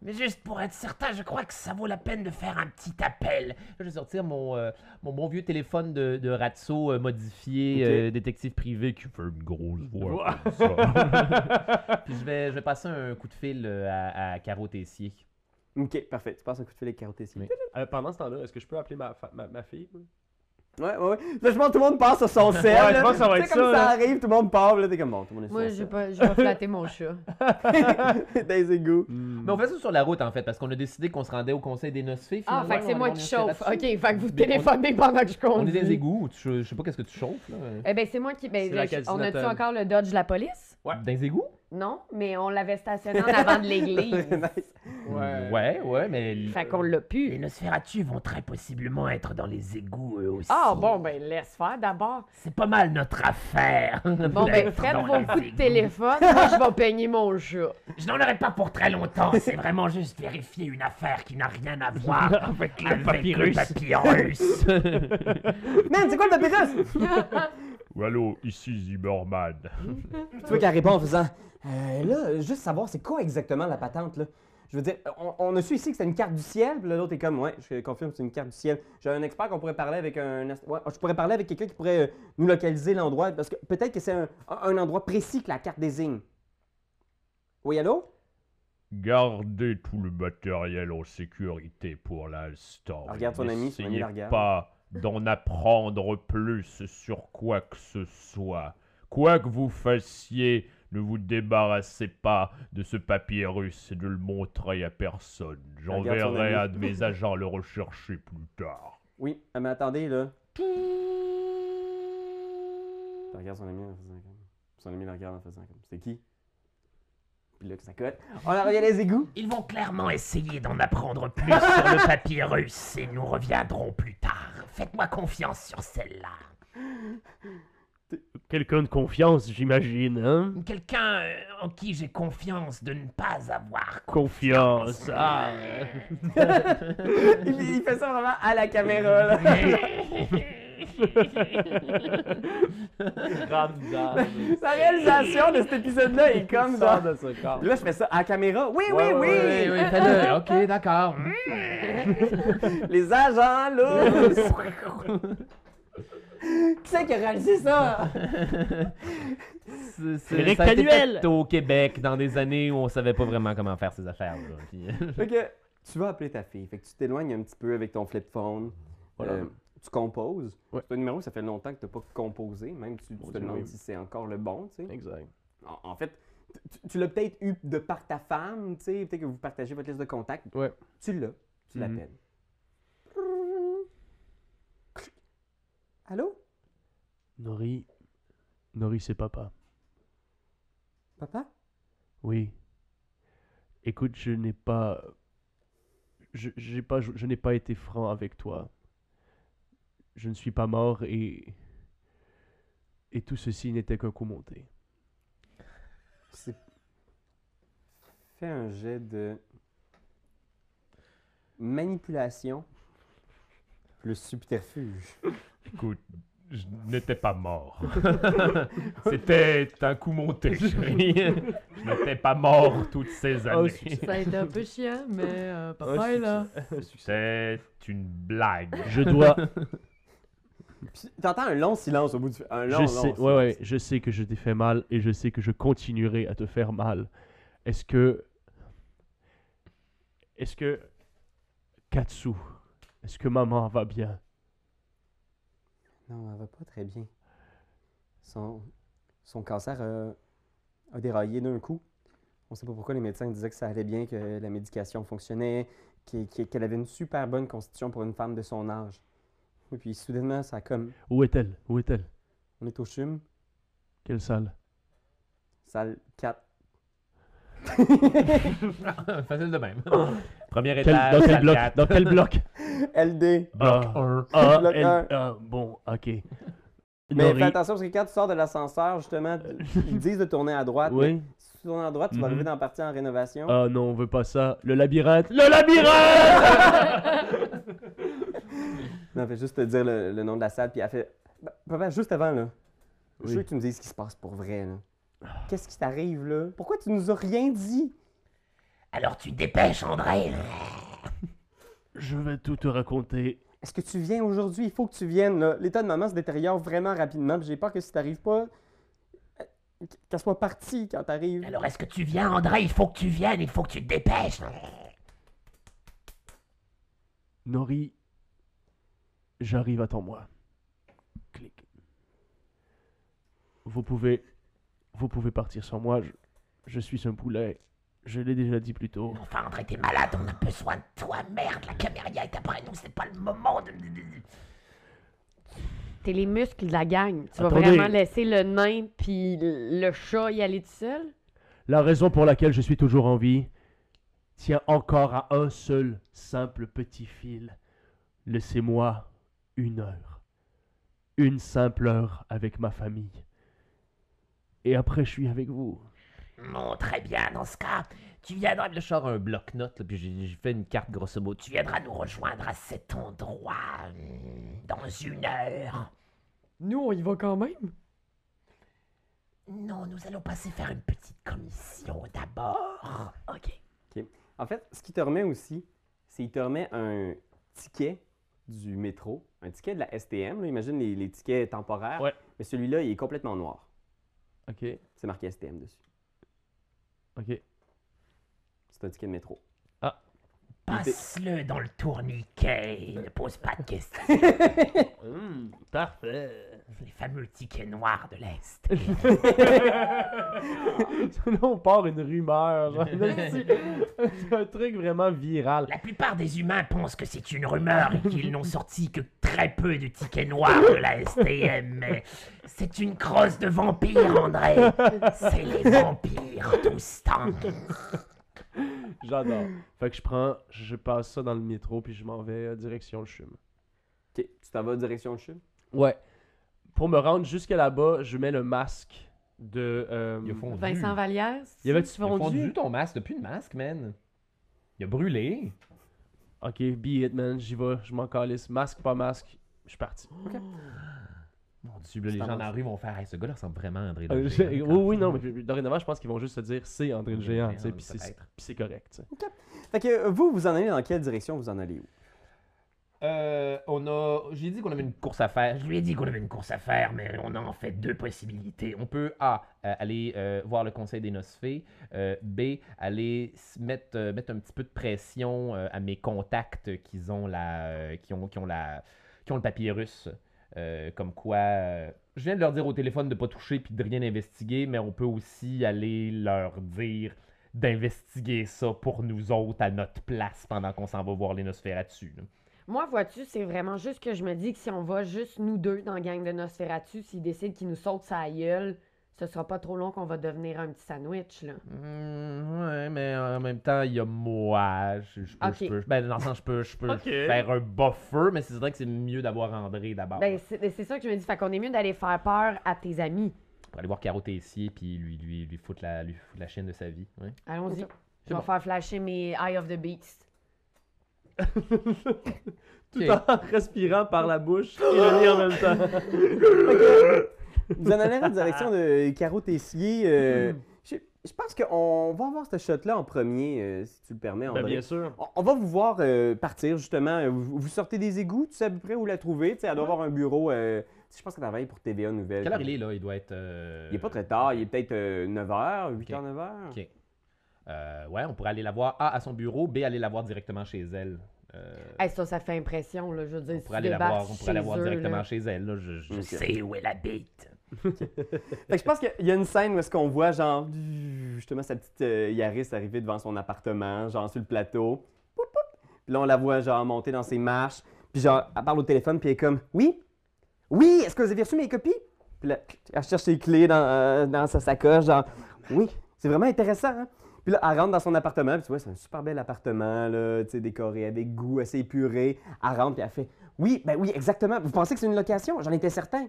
S5: Mais juste pour être certain, je crois que ça vaut la peine de faire un petit appel.
S3: Là, je vais sortir mon, euh, mon bon vieux téléphone de, de Ratso euh, modifié,
S1: Ok.
S3: euh, détective privé qui fait une grosse voix. comme ça. Puis je vais, je vais passer un coup de fil euh, à, à Caro Tessier.
S1: Ok, parfait. Tu passes un coup de fil avec carottes ici.
S3: Oui.
S2: Euh, pendant ce temps-là, est-ce que je peux appeler ma, fa- ma, ma fille? moi?
S1: Ouais, ouais, ouais. Là, je pense que tout le monde passe sur son sel.
S2: Ouais, je
S1: là.
S2: pense que ça va
S1: Tu
S2: être
S1: sais, comme
S2: ça,
S1: ça
S2: là.
S1: arrive, tout le monde part, puis là, t'es comme bon, tout le monde est
S4: Moi,
S1: sur
S4: j'ai
S1: son
S4: pas- je vais flatter mon chat.
S1: sel. Dans les égouts.
S2: Mm.
S3: Mais on fait ça sur la route en fait, parce qu'on a décidé qu'on se rendait au conseil des noces fées.
S4: Ah,
S3: finalement,
S4: fait que c'est
S3: on-
S4: moi
S3: on
S4: qui
S3: est
S4: chauffe.
S3: là-dessus.
S4: OK, fait que vous
S3: Mais on-
S4: téléphonez pendant que je
S3: On est
S4: conduis.
S3: des égouts, tu- je sais pas qu'est-ce que tu chauffes là.
S4: Eh ben, c'est moi qui. Ben,
S2: C'est la
S4: je- on a-tu
S2: calcinatonne.
S4: encore le Dodge de la police?
S2: Ouais.
S3: Dans les égouts?
S4: Non, mais on l'avait stationné en avant de l'église.
S1: Nice.
S2: Ouais.
S3: ouais, ouais, mais.
S4: fait qu'on l'a
S5: Les
S4: pu.
S5: Nosferatu vont très possiblement être dans les égouts eux aussi.
S4: Ah, bon, ben, laisse faire d'abord.
S5: C'est pas mal notre affaire.
S4: Bon, ben,
S5: d'être
S4: Fred,
S5: dans
S4: vos
S5: les
S4: coups de
S5: égouts.
S4: téléphone, moi, je vais peigner mon chat.
S5: Je n'en aurai pas pour très longtemps. C'est vraiment juste vérifier une affaire qui n'a rien à voir avec le
S3: papyrus.
S5: papyrus.
S1: Man, c'est quoi le papyrus?
S6: Ou allô, ici Zimmerman.
S1: tu vois qu'elle répond en faisant Euh, Là, juste savoir c'est quoi exactement la patente, là. Je veux dire, on, on a su ici que c'était une carte du ciel, puis là, l'autre est comme Ouais, je confirme, c'est une carte du ciel. J'ai un expert qu'on pourrait parler avec un. ast- ouais, je pourrais parler avec quelqu'un qui pourrait euh, nous localiser l'endroit, parce que peut-être que c'est un, un endroit précis que la carte désigne. Oui, allô?
S6: Gardez tout le matériel en sécurité pour l'instant.
S1: Ah, regarde
S6: et
S1: ton ami, son ami
S6: n'essayez
S1: la regarde.
S6: pas d'en apprendre plus sur quoi que ce soit. Quoi que vous fassiez, ne vous débarrassez pas de ce papyrus et de le montrer à personne.
S1: Regarde son
S6: J'enverrai
S1: ami.
S6: un de mes agents le rechercher plus tard.
S1: Oui, ah, mais attendez, là. Tu regardes son ami en faisant comme. Son ami la regarde en faisant comme. C'est qui? Puis là, que ça cote. On la revient les égouts.
S5: Ils vont clairement essayer d'en apprendre plus sur le papyrus et nous reviendrons plus tard. Faites-moi confiance sur celle-là.
S2: Quelqu'un de confiance, j'imagine, hein?
S5: Quelqu'un euh, en qui j'ai confiance de ne pas avoir Oh,
S2: Confiance. Ah.
S1: il, il fait ça vraiment à la caméra, là.
S2: Grande dame.
S1: Sa réalisation de cet épisode-là est comme
S2: Sors
S1: genre.
S2: de ce corps.
S1: Puis Là, je fais ça à la caméra. Oui,
S2: Ouais,
S1: oui,
S2: ouais,
S1: oui. Euh,
S3: Oui, fais-le. ok, d'accord.
S1: Les agents, là. qui c'est qui a réalisé ça?
S3: C'est-
S2: Les
S3: c'est- ça a été
S2: rectannuels.
S3: fait au Québec dans des années où on savait pas vraiment comment faire ces affaires. là, puis-
S1: Fait que tu vas appeler ta fille. Fait que tu t'éloignes un petit peu avec ton flip phone.
S2: Voilà.
S1: Euh, tu composes.
S2: Ouais.
S1: C'est un numéro, ça fait longtemps que tu n'as pas composé. Même tu, tu
S2: Mon
S1: te
S2: Dieu,
S1: demandes
S2: oui.
S1: si c'est encore le bon, tu sais.
S2: Exact.
S1: En, en fait, tu, tu l'as peut-être eu de par ta femme, tu sais. Peut-être que vous partagez votre liste de contacts.
S2: Ouais.
S1: Tu l'as. Tu
S2: Mhm.
S1: l'appelles. Allô?
S2: Nori. Nori, c'est papa.
S1: Papa?
S2: Oui. Écoute, je n'ai pas. Je, j'ai pas, je, je n'ai pas été franc avec toi. Je ne suis pas mort et. Et tout ceci n'était qu'un coup monté.
S1: C'est... Fais un jet de manipulation plus subterfuge.
S6: Écoute, je n'étais pas mort. C'était un coup monté, chérie. Je n'étais pas mort toutes ces
S3: Oh,
S6: années.
S4: Ça a été un peu chiant, mais papa est là.
S6: C'est une blague.
S2: Je dois.
S1: Puis T'entends un long silence au bout du un long,
S2: je
S1: long
S2: sais,
S1: silence.
S2: ouais, ouais, je sais que je t'ai fait mal et je sais que je continuerai à te faire mal. Est-ce que. Est-ce que. Katsu, est-ce que maman va bien
S1: Non, elle va pas très bien. Son, son cancer euh, a déraillé d'un coup. On sait pas pourquoi les médecins disaient que ça allait bien, que la médication fonctionnait, qu'e- qu'e- qu'elle avait une super bonne constitution pour une femme de son âge. Et puis soudainement, ça a comme
S2: Où est-elle Où est-elle
S1: on est au chum,
S2: Quelle salle
S1: salle 4.
S3: Facile de même. Premier
S2: Quel-
S3: étage.
S2: Dans quel
S3: salle
S2: bloc
S3: quatre.
S2: Dans quel bloc
S1: LD.
S2: Bloc
S3: Ah.
S2: 1. Ah,
S1: Bloc
S2: elle-
S1: un.
S2: ah, bon, ok.
S1: Mais
S2: Nori-
S1: fais attention parce que quand tu sors de l'ascenseur, justement, tu- ils disent de tourner à droite. mais
S2: Euh. Oui
S1: si tu tournes à droite, tu vas
S2: Mhm.
S1: arriver dans la partie en rénovation.
S2: Ah non, on veut pas ça. Le labyrinthe Le labyrinthe
S1: Non, fait juste te dire le, le nom de la salle, puis elle fait. Bah, Papa, juste avant, là. Je
S2: Oui.
S1: veux que tu me dises ce qui se passe pour vrai, là. Qu'est-ce qui t'arrive, là? Pourquoi tu nous as rien dit?
S5: Alors tu te dépêches, André.
S6: Je vais tout te raconter.
S1: Est-ce que tu viens aujourd'hui? Il faut que tu viennes. là. L'état de maman se détériore vraiment rapidement. puis J'ai peur que si t'arrives pas, euh, qu'elle soit partie quand t'arrives.
S5: Alors est-ce que tu viens, André Il faut que tu viennes, il faut que tu te dépêches.
S6: Nori, j'arrive, attends-moi. Clic. Vous pouvez. Vous pouvez partir sans moi. Je, je suis un poulet. Je l'ai déjà dit plus tôt.
S5: Enfin, André, t'es malade, on a besoin de toi. Merde, la caméra est après nous, c'est pas le moment de.
S4: T'es les muscles de la gang. Tu vas
S6: Attendez.
S4: vraiment laisser le nain puis le chat y aller tout seul?
S6: La raison pour laquelle je suis toujours en vie tient encore à un seul simple petit fil. Laissez-moi une heure. Une simple heure avec ma famille. Et après, je suis avec vous.
S5: Bon, très bien, dans ce cas,
S3: Tu viendras, je sors un bloc-notes, là, puis j'ai j'ai fait une carte grosso modo.
S5: tu viendras nous rejoindre à cet endroit. hum, Dans une heure.
S4: Nous, on y va quand même.
S5: Non, nous allons passer faire une petite commission d'abord. Ok.
S1: En fait, ce qu'il te remet aussi, c'est qu'il te remet un ticket du métro, un ticket de la STM. là. imagine les, les tickets temporaires.
S2: Ouais.
S1: Mais celui-là, il est complètement noir.
S2: Ok,
S1: C'est marqué STM dessus.
S2: ok.
S1: C'est un ticket de métro.
S5: Passe-le dans le tourniquet. Ne pose pas de questions.
S2: parfait.
S5: Les fameux tickets noirs de l'Est.
S2: Là, on part une rumeur. genre. C'est un truc vraiment viral.
S5: La plupart des humains pensent que c'est une rumeur et qu'ils n'ont sorti que très peu de tickets noirs de la STM, mais c'est une crosse de vampires, André. C'est les vampires tous temps.
S2: J'adore. Fait que je prends, je passe ça dans le métro, puis je m'en vais euh, direction le chum.
S1: Ok, tu t'en vas direction le chum?
S2: Ouais. Pour me rendre jusque là-bas, je mets le masque de. euh,
S3: Il a fondu.
S4: Vincent Vallière.
S2: Il y avait-
S3: Il a fondu ton masque, t'as plus de masque, man. Il a brûlé.
S2: Ok, be it, man. J'y vais, je m'en calisse. Masque, pas masque, je suis parti.
S3: Mon dieu, là,
S1: C'est
S3: les
S1: un
S3: gens dans la
S1: monstre.
S3: rue vont faire Hey, ce gars-là ressemble vraiment à André
S2: Euh,
S3: Langer,
S2: je-
S3: hein,
S2: oui,
S3: quand
S2: oui,
S3: même.
S2: non, mais puis, dorénavant, je pense qu'ils vont juste se dire c'est André le géant, tu sais, puis c'est
S3: Peut-être.
S2: puis c'est correct. tu sais.
S1: Fait que euh, vous, vous en allez dans quelle direction? Vous en allez où?
S3: Euh, on a. J'ai dit qu'on avait une course à faire.
S5: Je lui ai dit qu'on avait une course à faire, mais on a en fait deux possibilités.
S3: Et on peut A, euh, aller euh, voir le conseil des noces fées, euh, B, aller se mettre, euh, mettre un petit peu de pression euh, à mes contacts qui ont, la, euh, qui ont, qui ont, la, qui ont le papyrus. euh, comme quoi, euh, je viens de leur dire au téléphone de ne pas toucher puis de rien investiguer, mais on peut aussi aller leur dire d'investiguer ça pour nous autres à notre place pendant qu'on s'en va voir les Nosferatu. là.
S4: Moi, vois-tu, c'est vraiment juste que je me dis que si on va juste nous deux dans la gang de Nosferatu, s'ils décident qu'ils nous sautent sa gueule, ce sera pas trop long qu'on va devenir un petit sandwich, là.
S3: Mm, ouais, mais en même temps, il y a moi. Je, je peux, je
S4: Ok.
S3: peux- ben, dans le sens, je peux, je peux
S2: Ok.
S3: faire un buffer, mais c'est vrai que c'est mieux d'avoir André d'abord.
S4: Ben, c'est c'est ça que je me dis. Fait qu'on est mieux d'aller faire peur à tes amis.
S3: Pour aller voir Caro Tessier, puis lui, lui, lui, foutre la, lui foutre la chaîne de sa vie. ouais.
S4: Allons-y. Je
S3: C'est
S4: vais
S3: bon.
S4: faire flasher mes Eye of the Beast.
S2: Tout
S3: Ok.
S2: en respirant par la bouche et le nez en même temps.
S1: Vous en allez dans la direction de Caro Tessier.
S2: Mm-hmm.
S1: euh, je, je pense qu'on va voir ce shot-là en premier, euh, si tu le permets,
S2: Ben,
S1: André.
S2: bien sûr.
S1: On- On va vous voir euh, partir, justement. Euh, Vous, vous sortez des égouts, tu sais à peu près où la trouver. Tu sais, elle doit avoir un bureau. euh, je pense qu'elle travaille pour TVA Nouvelle.
S3: Quelle heure il est là Il doit être. euh,
S1: Il est pas très tard, il est peut-être euh, 9h, 8h, 9h.
S3: Ok. euh, ouais, on pourrait aller la voir A à son bureau, B aller la voir directement chez elle. Euh,
S4: Hey, ça, ça fait impression, là. Je veux dire,
S3: on
S4: Euh, si tu
S3: pourrait aller la
S4: débarques
S3: voir, on pourrait la
S4: chez
S3: voir
S4: eux, là.
S3: directement chez elle. là, je- je-
S5: Je sais où elle habite.
S1: Fait que je pense qu'il y a une scène où est-ce qu'on voit, genre, justement, sa petite euh, Yaris arriver devant son appartement, genre, sur le plateau. Poup, poup. Puis là, on la voit, genre, monter dans ses marches. Puis, genre, elle parle au téléphone, puis elle est comme Oui Oui Est-ce que vous avez reçu mes copies Puis là, elle cherche ses clés dans, euh, dans sa sacoche, genre, Oui, c'est vraiment intéressant, hein? Puis là, elle rentre dans son appartement, puis tu vois, c'est un super bel appartement, là, tu sais, décoré avec goût, assez épuré. Elle rentre, puis elle fait Oui, ben oui, exactement. Vous pensez que c'est une location J'en étais certain.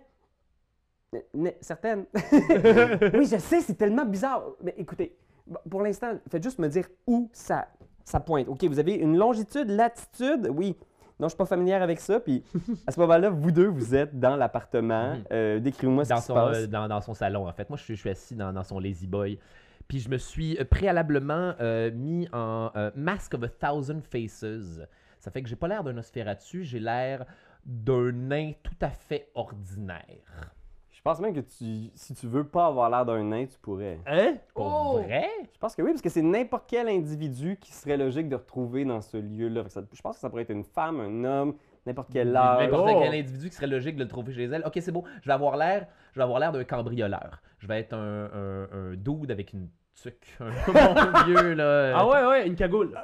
S1: Euh, mais- certaine. oui, je sais, c'est tellement bizarre. Mais écoutez, bon, pour l'instant, faites juste me dire où ça, ça pointe. OK, vous avez une longitude, latitude, oui. Non, je suis pas familière avec ça. Puis à ce moment-là, vous deux, vous êtes dans l'appartement.
S3: Mhm.
S1: Euh, Décrivez-moi ce
S3: dans
S1: qui se
S3: son,
S1: passe.
S3: euh, dans, dans son salon, en fait. Moi, je suis, je suis assis dans, dans son lazy boy. Puis je me suis euh, préalablement euh, mis en euh, Mask of a Thousand Faces. Ça fait que j'ai pas l'air d'un Osferatu, j'ai l'air d'un nain tout à fait ordinaire.
S1: Je pense même que tu, si tu veux pas avoir l'air d'un nain, tu pourrais.
S2: Hein?
S3: Pour
S4: Oh!
S3: vrai?
S1: Je pense que oui, parce que c'est n'importe quel individu qui serait logique de retrouver dans ce lieu-là. Fait que ça- Je pense que ça pourrait être une femme, un homme, n'importe quel âge.
S3: N'importe
S2: oh!
S3: quel individu qui serait logique de le trouver chez elle. Ok, c'est beau, je vais avoir l'air, je vais avoir l'air d'un cambrioleur. Je vais être un, un, un dude avec une tuque. Un bon vieux, là.
S2: Ah ouais, ouais, une cagoule.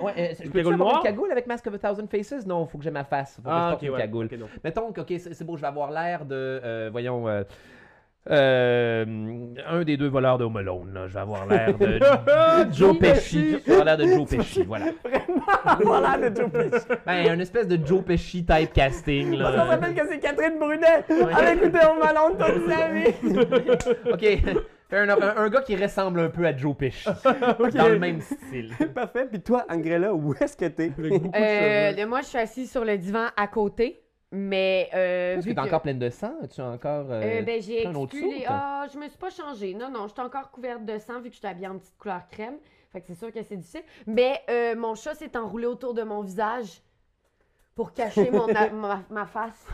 S3: Ouais, euh, je
S2: Une
S3: peux
S2: cagoule
S3: avoir
S2: noire?
S3: une cagoule avec Mask of a Thousand Faces? Non, faut que j'ai ma face. Faut que je porte une
S2: ouais.
S3: cagoule.
S2: Ok, non.
S3: Mettons que, ok, c'est c'est beau, je vais avoir l'air de, euh, voyons, euh, euh, un des deux voleurs de Home Alone, là. Je vais avoir l'air de Joe Pesci. Je vais avoir l'air de Joe Pesci, voilà.
S1: Voilà le Joe Pesci.
S3: Ben, un espèce de Joe Pesci type casting,
S1: Ça
S3: là.
S1: s'appelle que c'est Catherine Brunet. Elle écoutait au malon toute sa vie.
S3: ok, fair enough. Un, un gars qui ressemble un peu à Joe Pesci, dans le même style.
S1: Parfait. Puis toi, Angrella, où est-ce que t'es?
S2: Avec beaucoup de
S4: Euh,
S2: cheveux.
S4: le- moi, je suis assise sur le divan à côté, mais. Euh,
S3: Est-ce que
S4: vu
S3: t'es
S4: que-
S3: encore pleine de sang? Tu as encore... euh,
S4: Euh, ben, j'ai
S3: t'as un autre
S4: exclu.
S3: saut,
S4: Ah, je me suis pas changée. Non, non, j'étais encore couverte de sang vu que j'étais habillée en petite couleur crème. Fait que c'est sûr que c'est difficile. Mais euh, mon chat s'est enroulé autour de mon visage pour cacher mon a- ma, ma face.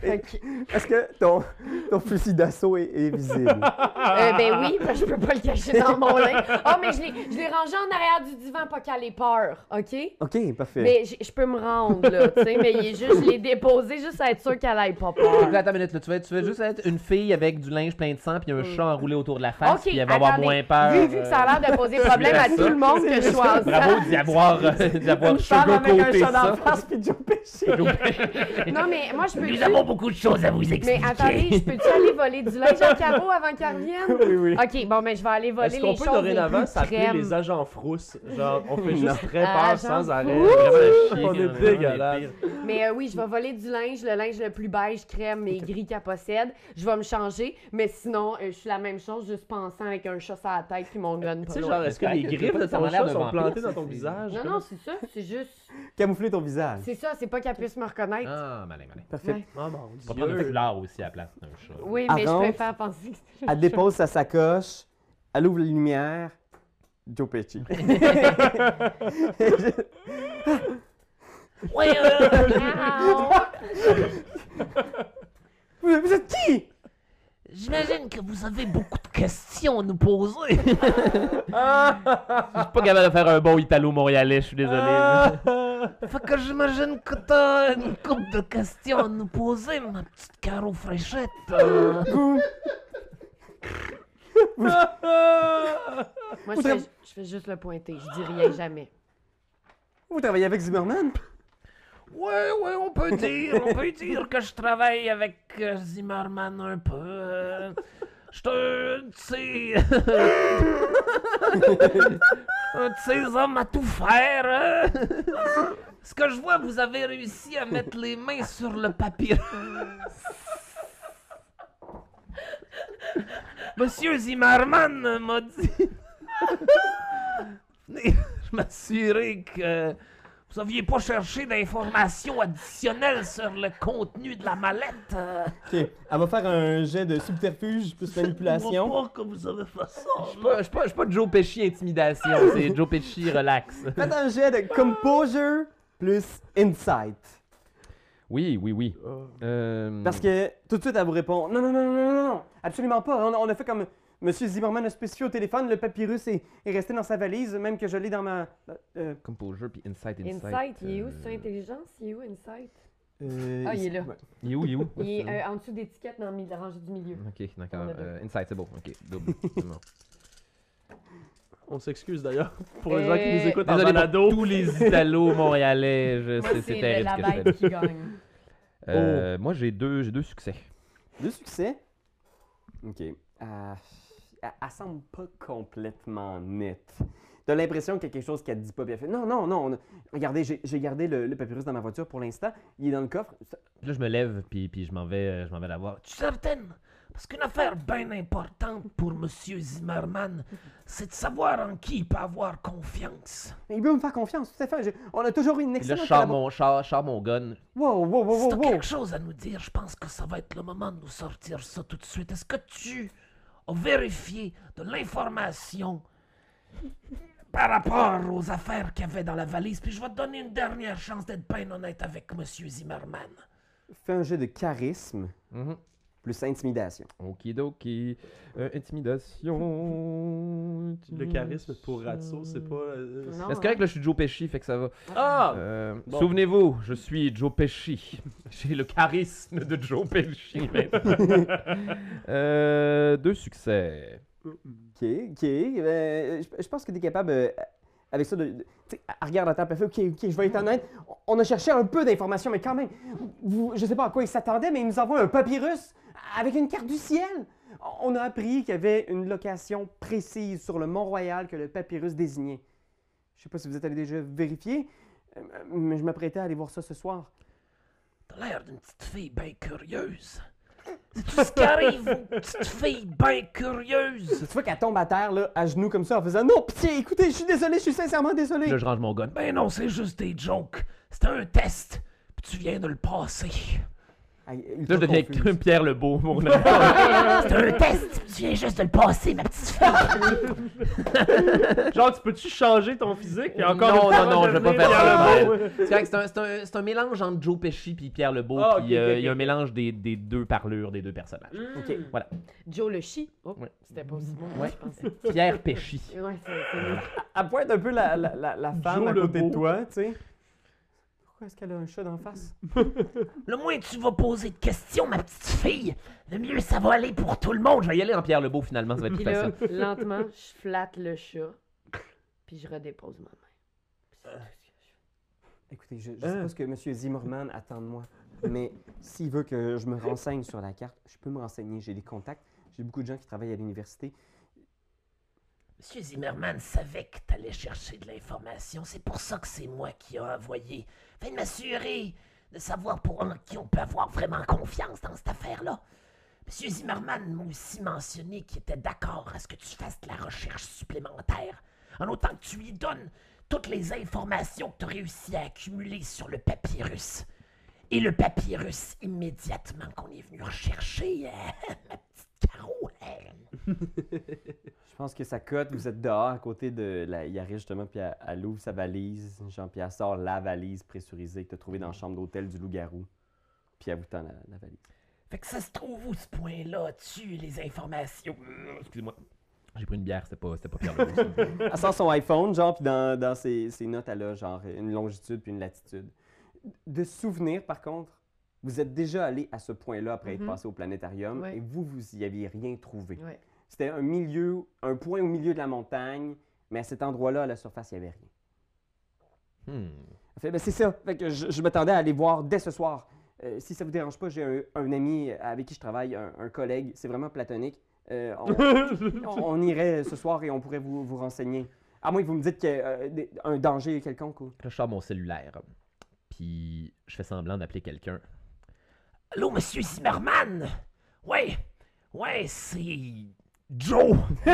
S4: Fait que,
S1: Est-ce que ton, ton fusil d'assaut est, est visible?
S4: euh, ben oui, parce que je peux pas le cacher dans mon linge. Ah, mais je l'ai je l'ai rangé en arrière du divan pas qu'elle ait peur, OK?
S1: OK, parfait.
S4: Mais j- je peux me rendre, là, tu sais, mais il est juste, je l'ai déposé juste à être sûr qu'elle aille pas peur.
S3: Fait que là, attends une minute, là, tu, vas, tu vas juste être une fille avec du linge plein de sang puis un chat enroulé autour de la face,
S4: Mm. Ok,
S3: puis elle va avoir
S4: attendez.
S3: moins peur. euh,
S4: Vu, vu que ça a l'air de poser problème à
S3: ça.
S4: tout le monde que je sois
S3: Bravo d'y avoir, euh, d'y avoir
S1: Une femme
S3: Sugar
S1: avec un
S3: coaté
S1: chat
S3: ça.
S1: d'en face puis Joe Pesci.
S4: Non, mais moi, je peux.
S5: Nous avons beaucoup de choses à vous
S4: Mais
S5: expliquer.
S4: attendez, je peux-tu aller voler du linge à carreau avant qu'elle revienne?
S1: Oui, oui.
S4: Ok, bon, mais je vais aller voler
S2: Est-ce qu'on
S4: les
S2: peut
S4: choses les
S2: dorénavant
S4: plus
S2: s'appeler
S4: crèmes. Ah,
S2: les agents frousses? Genre, on fait
S1: Non.
S2: juste très
S4: Agents
S2: peur sans arrêt.
S4: frousses.
S2: On est
S3: Chier,
S2: dégueulasse.
S4: Mais euh, oui, je vais voler du linge, le linge le plus beige, crème et gris qu'elle possède. Je vais me changer, mais sinon, euh, je suis la même chose, juste pensant avec un chat sur la tête puis mon gun
S2: Tu
S4: pas
S2: sais,
S4: loin.
S2: genre, est-ce que les
S3: C'est
S2: griffes
S3: pas
S2: de
S3: ça, ça
S2: ton
S3: a l'air
S2: chat
S3: d'un
S2: sont
S3: vampire,
S2: plantées dans
S3: ça,
S2: ton
S3: c'est-
S2: visage?
S4: Non,
S2: Comment-
S4: non, c'est ça, c'est juste.
S1: Camoufler ton visage.
S4: C'est ça, c'est pas qu'elle puisse me reconnaître.
S3: Ah, malin, malin.
S1: Parfait.
S4: Ouais.
S2: Oh mon
S3: Tu vas prendre un
S2: dieu.
S3: foulard aussi à la place d'un chat.
S4: Oui, mais
S1: Arrange.
S4: je préfère penser que c'est.
S1: Elle dépose sa sacoche, elle ouvre la lumière. Joe Pesci.
S5: Ouais, euh,
S4: Ah,
S1: vous, vous êtes qui?
S5: J'imagine que vous avez beaucoup de questions à nous poser.
S3: Je suis pas capable de faire un bon italo-montréalais, je suis désolé.
S4: Ah,
S5: Fait que j'imagine que t'as une couple de questions à nous poser, ma petite Caro Fréchette. Euh,
S1: Vous-
S4: on- Moi, je fais, je fais juste le pointer, je dis rien jamais.
S1: Vous travaillez avec Zimmerman?
S5: Ouais, ouais, on peut dire, on peut dire que je travaille avec euh, Zimmerman un peu. euh, Je te, tu sais, un de ces hommes à tout faire. euh. Ce que je vois, vous avez réussi à mettre les mains sur le papier. Monsieur Zimmerman m'a dit. Venez, je m'assurais que vous aviez pas cherché d'informations additionnelles sur le contenu de la mallette. euh.
S1: Ok, elle va faire un jet de subterfuge plus
S5: Je vois pas que vous avez fait ça.
S3: Je suis pas- je suis pas, je suis pas Joe Pesci intimidation, c'est Joe Pesci relax.
S1: Faites un jet de composure plus insight.
S3: Oui, oui, Euh, oui.
S4: Oh.
S1: Parce que tout de suite, elle vous répond Non, non, non, non, non, non, non, absolument pas. On, a- on a fait comme Monsieur Zimmerman a spécifié au téléphone, le papyrus est, est resté dans sa valise, même que je l'ai dans ma. euh,
S3: Composure puis Insight, Insight. euh,
S4: Insight, il est où? C'est intelligence? Il est où, Insight?
S1: euh,
S4: Ah, il est là.
S3: Il est où, il est où?
S4: Il est euh, en dessous d'étiquette dans la rangée du milieu.
S3: Ok,
S4: On
S3: d'accord.
S4: a deux.
S3: Euh, insight, c'est bon. Ok, double. c'est bon.
S2: On s'excuse d'ailleurs pour les gens qui
S4: Euh,
S2: nous écoutent en
S3: Désolé pour
S2: balado.
S3: tous les Italo montréalais, je
S4: Moi,
S3: sais, c'est
S4: c'est le-
S3: terrible
S4: la
S3: ce que je fais.
S4: bête qui gagne.
S3: Euh, Moi, j'ai deux, j'ai deux succès.
S1: Deux succès. OK. Euh, elle, elle semble pas complètement nette. T'as l'impression qu'il y a quelque chose qu'elle dit pas bien fait. Non, non, non. on a- Regardez, j'ai j'ai gardé le, le papyrus dans ma voiture pour l'instant. Il est dans le coffre. Ça-
S3: Puis Là, je me lève, puis, puis je m'en vais, euh, je m'en vais la voir.
S5: Tu es certaine? Parce qu'une affaire bien importante pour Monsieur Zimmerman, c'est de savoir en qui il peut avoir confiance.
S1: Il peut me faire confiance, tout à fait. Je- on a toujours eu une
S3: Puis Là, je
S1: excellente
S3: char
S1: collabo-
S3: mon, char, je sors mon gun.
S1: Wow, wow, wow,
S5: Si
S1: wow,
S5: t'as
S1: wow.
S5: quelque chose à nous dire, je pense que ça va être le moment de nous sortir ça tout de suite. Est-ce que tu à vérifier de l'information par rapport aux affaires qu'il y avait dans la valise. Puis je vais te donner une dernière chance d'être bien honnête avec Monsieur Zimmerman.
S1: Fais un jeu de charisme
S3: Mhm.
S1: plus intimidation.
S3: Okidoki. Euh, intimidation.
S2: Le charisme pour Ratso, c'est pas. euh,
S4: Non,
S3: C'est correct, là, je suis Joe Pesci, fait que ça va.
S2: Ah!
S3: Euh,
S2: Bon.
S3: Souvenez-vous, je suis Joe Pesci. J'ai le charisme de Joe Pesci. maintenant. Euh, deux succès.
S1: Ok, ok. euh, je, je pense que tu es capable, euh, avec ça, de. de- tu sais, elle regarde à ta fait, ok, ok, je vais être honnête. On a cherché un peu d'informations, mais quand même, vous- je sais pas à quoi ils s'attendaient, mais ils nous envoient un papyrus avec une carte du ciel. On a appris qu'il y avait une location précise sur le Mont-Royal que le papyrus désignait. Je sais pas si vous êtes allé déjà vérifier, euh, mais je m'apprêtais à aller voir ça ce soir.
S5: T'as l'air d'une petite fille bien curieuse. C'est ce qui arrive aux petites filles bien curieuses.
S1: Tu vois qu'elle tombe à terre, là, à genoux comme ça, en faisant Non, pitié, écoutez, je suis désolé, je suis sincèrement désolé.
S3: Là, je range mon gun.
S5: Ben non, c'est juste des jokes. C'était un test. Puis tu viens de le passer.
S1: Aïe,
S3: Là,
S1: ultra
S3: je deviens
S1: confuse.
S3: Pierre Lebeau. Mon
S5: C'était un test. puis Tu viens juste de le passer, ma petite fille.
S2: Genre, tu peux-tu changer ton physique? Et encore
S3: non,
S2: une fois,
S3: non, non, je vais pas
S2: devenir
S3: faire
S2: Pierre
S3: ça.
S2: Lebeau.
S3: C'est correct, c'est un, c'est un- c'est un mélange entre Joe Pesci puis Pierre Lebeau.
S2: Ah,
S3: puis,
S2: ok, ok,
S3: euh,
S2: ok.
S3: Il y a un mélange des, des deux parlures des deux personnages.
S1: Ok.
S4: Joe le chi. Oh,
S3: Ouais.
S4: C'était pas aussi bon,
S3: Ouais.
S4: je pensais.
S3: Pierre Pesci.
S4: Ouais, c'est- c'est mieux.
S1: Elle pointe un peu la, la, la, la femme
S2: Joe
S1: à
S2: le
S1: côté de
S2: beau.
S1: toi, tu sais. Pourquoi est-ce qu'elle a un chat d'en face?
S5: Le moins tu vas poser de questions, ma petite fille, le mieux ça va aller pour tout le monde.
S3: Je vais y aller en Pierre Lebeau finalement, ça va être
S4: Puis
S3: plus
S4: là,
S3: facile.
S4: lentement, je flatte le chat, puis je redépose ma main. Puis c'est tout ce que je fais.
S1: Écoutez, je, je sais
S3: Ah.
S1: pas ce que M. Zimmerman attend de moi, mais s'il veut que je me renseigne sur la carte, je peux me renseigner. J'ai des contacts, j'ai beaucoup de gens qui travaillent à l'université.
S5: Monsieur Zimmerman savait que t'allais chercher de l'information, c'est pour ça que c'est moi qui a envoyé. Fais m'assurer de savoir pour en qui on peut avoir vraiment confiance dans cette affaire-là. Monsieur Zimmerman m'a aussi mentionné qu'il était d'accord à ce que tu fasses de la recherche supplémentaire, en autant que tu lui donnes toutes les informations que tu as réussi à accumuler sur le papyrus. Et le papyrus immédiatement qu'on est venu rechercher, hein, ma petite Caro. hein.
S1: Je pense que ça cote, vous êtes dehors à côté de la Yari justement, puis elle, elle ouvre sa valise, genre, puis elle sort la valise pressurisée que t'as trouvée dans la chambre d'hôtel du loup-garou, puis elle vous tend la, la valise.
S5: Fait que ça se trouve où ce point-là, tu les informations.
S3: Excusez-moi. J'ai pris une bière, c'était pas, c'était pas Pierre Lebeau. ça.
S1: Elle sort son iPhone, genre, puis dans, dans ses, ses notes, elle a genre une longitude puis une latitude. De souvenir, par contre, vous êtes déjà allé à ce point-là après être
S4: Mhm.
S1: passé au planétarium
S4: Ouais.
S1: et vous, vous y aviez rien trouvé.
S4: Ouais.
S1: C'était un milieu, un point au milieu de la montagne, mais à cet endroit-là, à la surface, il n'y avait rien.
S3: Hmm.
S1: Elle Fait, ben, c'est ça. Fait que je, je m'attendais à aller voir dès ce soir. Euh, si ça vous dérange pas, j'ai un, un ami avec qui je travaille, un, un collègue. C'est vraiment platonique. Euh, on, on- on irait ce soir et on pourrait vous, vous renseigner. À moins que vous me dites qu'il y a euh, des- un danger quelconque. ou-
S3: Là, je sors mon cellulaire. Puis je fais semblant d'appeler quelqu'un.
S5: Allô, monsieur Zimmerman? Ouais, ouais, c'est. Joe!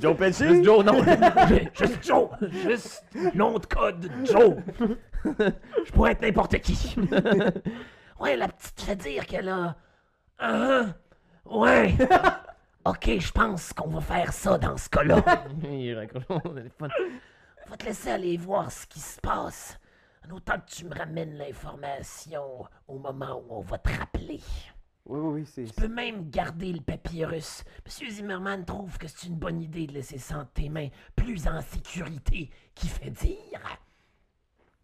S1: Joe Pesci?
S3: Juste Joe, non!
S5: Ju- Juste Joe! Juste nom de code Joe! Je pourrais être n'importe qui! Ouais, la petite fait dire qu'elle a. Ah, ah. ouais! Ok, je pense qu'on va faire ça dans ce cas-là.
S3: Il raccroche mon téléphone.
S5: On va te laisser aller voir ce qui se passe. En autant que tu me ramènes l'information au moment où on va te rappeler.
S1: Oui, oui, oui, c'est.
S5: Tu peux même garder le papyrus. Monsieur Zimmerman trouve que c'est une bonne idée de laisser ça entre tes mains, plus en sécurité, qui fait dire.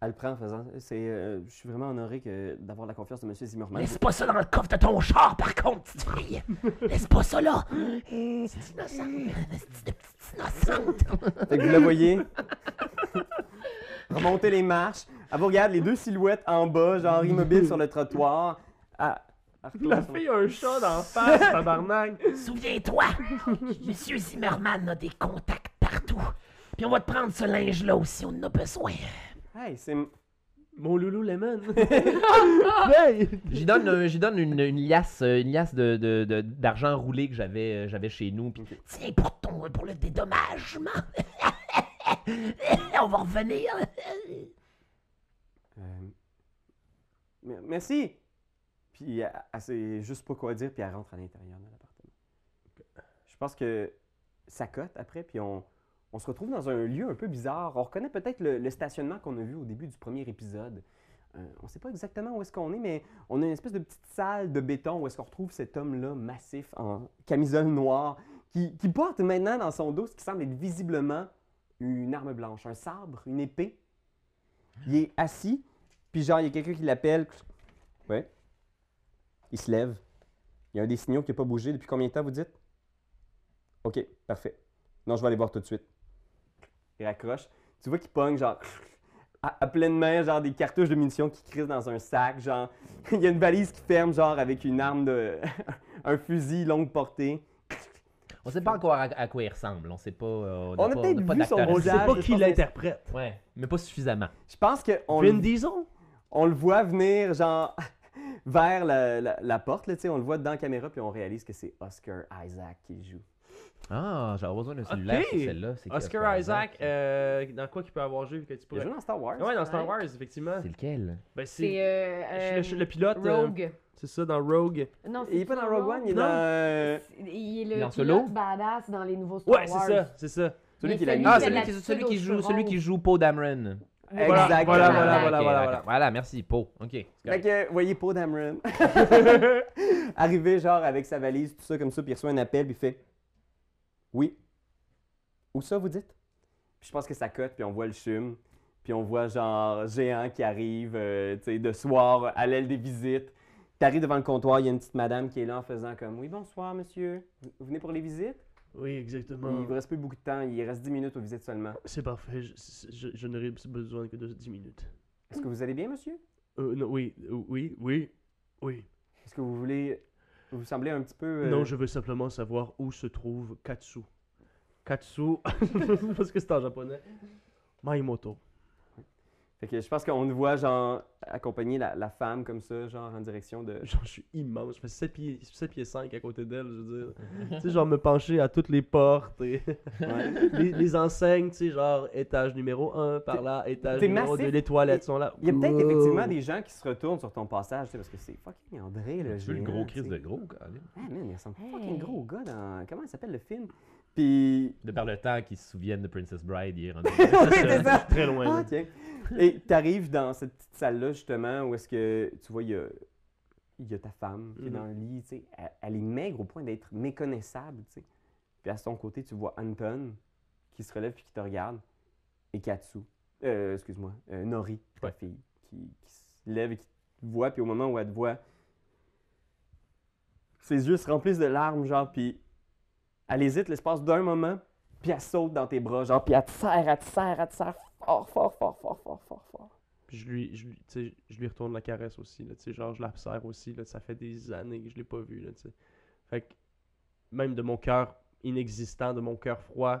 S1: Elle le prend en faisant. C'est, euh, je suis vraiment honoré que, d'avoir la confiance de M. Zimmerman.
S5: Laisse pas ça dans le coffre de ton char, par contre, petite fille. Laisse pas ça là. C'est innocent. C'est petite innocente.
S1: Fait que vous la voyez. Remonter les marches. Elle vous regarde les deux silhouettes en bas, genre immobiles sur le trottoir. Ah,
S2: La fille a un chat d'en face, tabarnak!
S5: Souviens-toi, Monsieur Zimmerman a des contacts partout. Puis on va te prendre ce linge-là aussi, on en a besoin.
S1: Hey, c'est.
S2: Mon loulou Lemon!
S3: J'y donne, un- j'y donne une, une liasse, euh, une liasse de, de- de- d'argent roulé que j'avais, euh, j'avais chez nous. Puis
S5: Tiens, pour, ton, pour le dédommagement. on va revenir.
S1: euh, mer- Merci! Puis elle, elle sait juste pas quoi dire, puis elle rentre à l'intérieur de l'appartement. Je pense que ça cote après, puis on, on se retrouve dans un lieu un peu bizarre. On reconnaît peut-être le, le stationnement qu'on a vu au début du premier épisode. Euh, on ne sait pas exactement où est-ce qu'on est, mais on a une espèce de petite salle de béton où est-ce qu'on retrouve cet homme-là massif en camisole noire qui, qui porte maintenant dans son dos ce qui semble être visiblement une arme blanche, un sabre, une épée. Il est assis, puis genre, il y a quelqu'un qui l'appelle. Ouais. Il se lève. Il y a un des signaux qui n'a pas bougé depuis combien de temps, vous dites? OK, parfait. Non, je vais aller voir tout de suite. Il raccroche. Tu vois qu'il pogne, genre, à, à pleine main, genre des cartouches de munitions qui crissent dans un sac, genre, il y a une valise qui ferme, genre, avec une arme de. un fusil longue portée.
S3: On sait pas encore à, à quoi il ressemble. On sait pas. euh,
S1: On a
S3: pas-
S1: peut-être
S3: pas
S1: vu son
S3: d'acteur.
S2: On sait
S1: visage,
S2: pas
S1: je
S2: qui
S1: pense que-
S2: l'interprète.
S3: Ouais, mais pas suffisamment.
S1: Je pense qu'on
S2: Vin Diesel?
S1: on le voit venir, genre, vers la, la- la porte, là, tu sais, on le voit dans la caméra, puis on réalise que c'est Oscar Isaac qui le joue.
S3: Ah, j'avais besoin d'un cellulaire sur celle-là. C'est qui,
S2: Oscar Isaac, euh, dans quoi qu'il peut avoir joué que tu
S1: Il a
S2: pourrais...
S1: joué dans Star Wars.
S2: Ouais, dans Star Wars, effectivement.
S3: C'est lequel
S2: Ben,
S4: C'est
S2: c'est
S4: euh,
S2: je suis le,
S4: euh,
S2: le pilote. euh,
S4: Rogue.
S2: c'est ça, dans Rogue.
S4: Non,
S1: Il est pas dans Rogue One, il est
S2: Non.
S1: dans. euh,
S4: C'est- Il est le
S3: Il est en
S4: pilote
S3: solo?
S4: badass dans les nouveaux Star
S2: Ouais,
S4: Wars.
S2: c'est ça, c'est ça.
S1: celui
S4: Mais
S1: qui l'a
S4: celui
S1: mis.
S4: qui a
S3: Ah,
S4: de
S3: celui
S4: la
S3: qui, celui
S4: tuile
S3: qui
S4: aux
S3: joue,
S4: cheveux
S3: celui qui
S4: roses.
S3: joue Poe Dameron.
S2: Voilà,
S1: Exactement.
S2: voilà, voilà,
S3: Ah,
S2: voilà, voilà,
S3: ok, d'accord.
S2: voilà.
S3: Voilà, merci Poe. Ok. c'est
S1: Fait
S3: correct.
S1: que, voyez, Paul Dameron. Arrivé, genre, avec sa valise, tout ça, comme ça, puis il reçoit un appel, puis il fait Oui. Où ça, vous dites Puis je pense que ça cote, puis on voit le chum, puis on voit, genre, géant qui arrive, euh, tu sais, de soir, à l'aile des visites. T'arrives devant le comptoir, il y a une petite madame qui est là en faisant comme Oui, bonsoir, monsieur. Vous- Vous venez pour les visites
S2: Oui,
S1: Il
S2: exactement.
S1: vous reste plus beaucoup de temps, il reste 10 minutes aux visites seulement.
S2: C'est parfait, je, je, je n'aurai besoin que de 10 minutes.
S1: Est-ce que vous allez bien, monsieur
S2: Euh, non, oui, euh, oui, oui, oui.
S1: Est-ce que vous voulez. Vous semblez un petit peu. euh,
S2: Non, je veux simplement savoir où se trouve Katsu. Katsu, parce que c'est en japonais. Maimoto.
S1: Fait que je pense qu'on nous voit, genre, accompagner la, la femme comme ça, genre, en direction de.
S2: Genre, je suis immense. Je fais 7 pieds, 7 pieds 5 à côté d'elle, je veux dire. tu sais, genre, me pencher à toutes les portes et
S1: Ouais.
S2: les, les enseignes, tu sais, genre, étage numéro 1 par là, étage
S1: t'es
S2: numéro
S1: massif.
S2: 2, les toilettes sont là.
S1: Il y a peut-être
S2: Wow.
S1: effectivement des gens qui se retournent sur ton passage, tu sais, parce que c'est fucking André, le
S6: Tu veux le
S1: géant,
S6: gros
S1: tu sais.
S6: crise de gros, quand même.
S1: Ah, man, il ressemble
S4: Hey.
S1: fucking gros au gars dans. Comment il s'appelle le film Puis.
S3: De par le temps qu'ils se souviennent de Princess Bride, il est rendu.
S1: oui, c'est ça
S2: Très loin.
S1: Ah,
S2: là.
S1: tiens. Et t'arrives dans cette petite salle-là, justement, où est-ce que, tu vois, il y a, il y a ta femme qui est
S2: Mhm.
S1: dans le lit, tu sais. Elle, elle est maigre au point d'être méconnaissable, tu sais. Puis à son côté, tu vois Anton qui se relève puis qui te regarde. Et Katsu, euh, excuse-moi, euh, Nori, ta
S3: Ouais.
S1: fille, qui, qui se lève et qui te voit. Puis au moment où elle te voit, ses yeux se remplissent de larmes, genre, puis elle hésite l'espace d'un moment, puis elle saute dans tes bras, genre, puis elle te serre, elle te serre, elle te serre fort, fort, fort, fort, fort, fort, fort.
S2: Puis je lui, je, lui- tu sais, je lui retourne la caresse aussi, là, tu sais, genre je la serre aussi, là, ça fait des années que je l'ai pas vue, là, tu sais. Fait que, même de mon cœur inexistant, de mon cœur froid,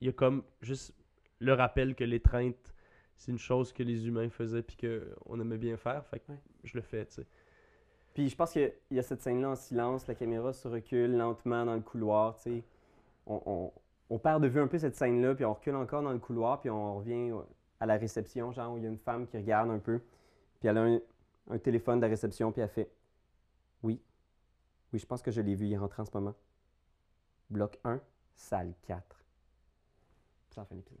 S2: il y a comme juste le rappel que l'étreinte, c'est une chose que les humains faisaient puis que on aimait bien faire, fait que
S1: Ouais.
S2: je le fais, tu sais.
S1: Puis je pense qu'il y a cette scène-là en silence, la caméra se recule lentement dans le couloir, tu sais. On, on- on perd de vue un peu cette scène-là, puis on recule encore dans le couloir, puis on revient au- à la réception, genre, où il y a une femme qui regarde un peu, puis elle a un, un téléphone de la réception, puis elle fait Oui, oui, je pense que je l'ai vu, il est rentré en ce moment. Bloc 1, salle 4. Ça en fait l'épisode.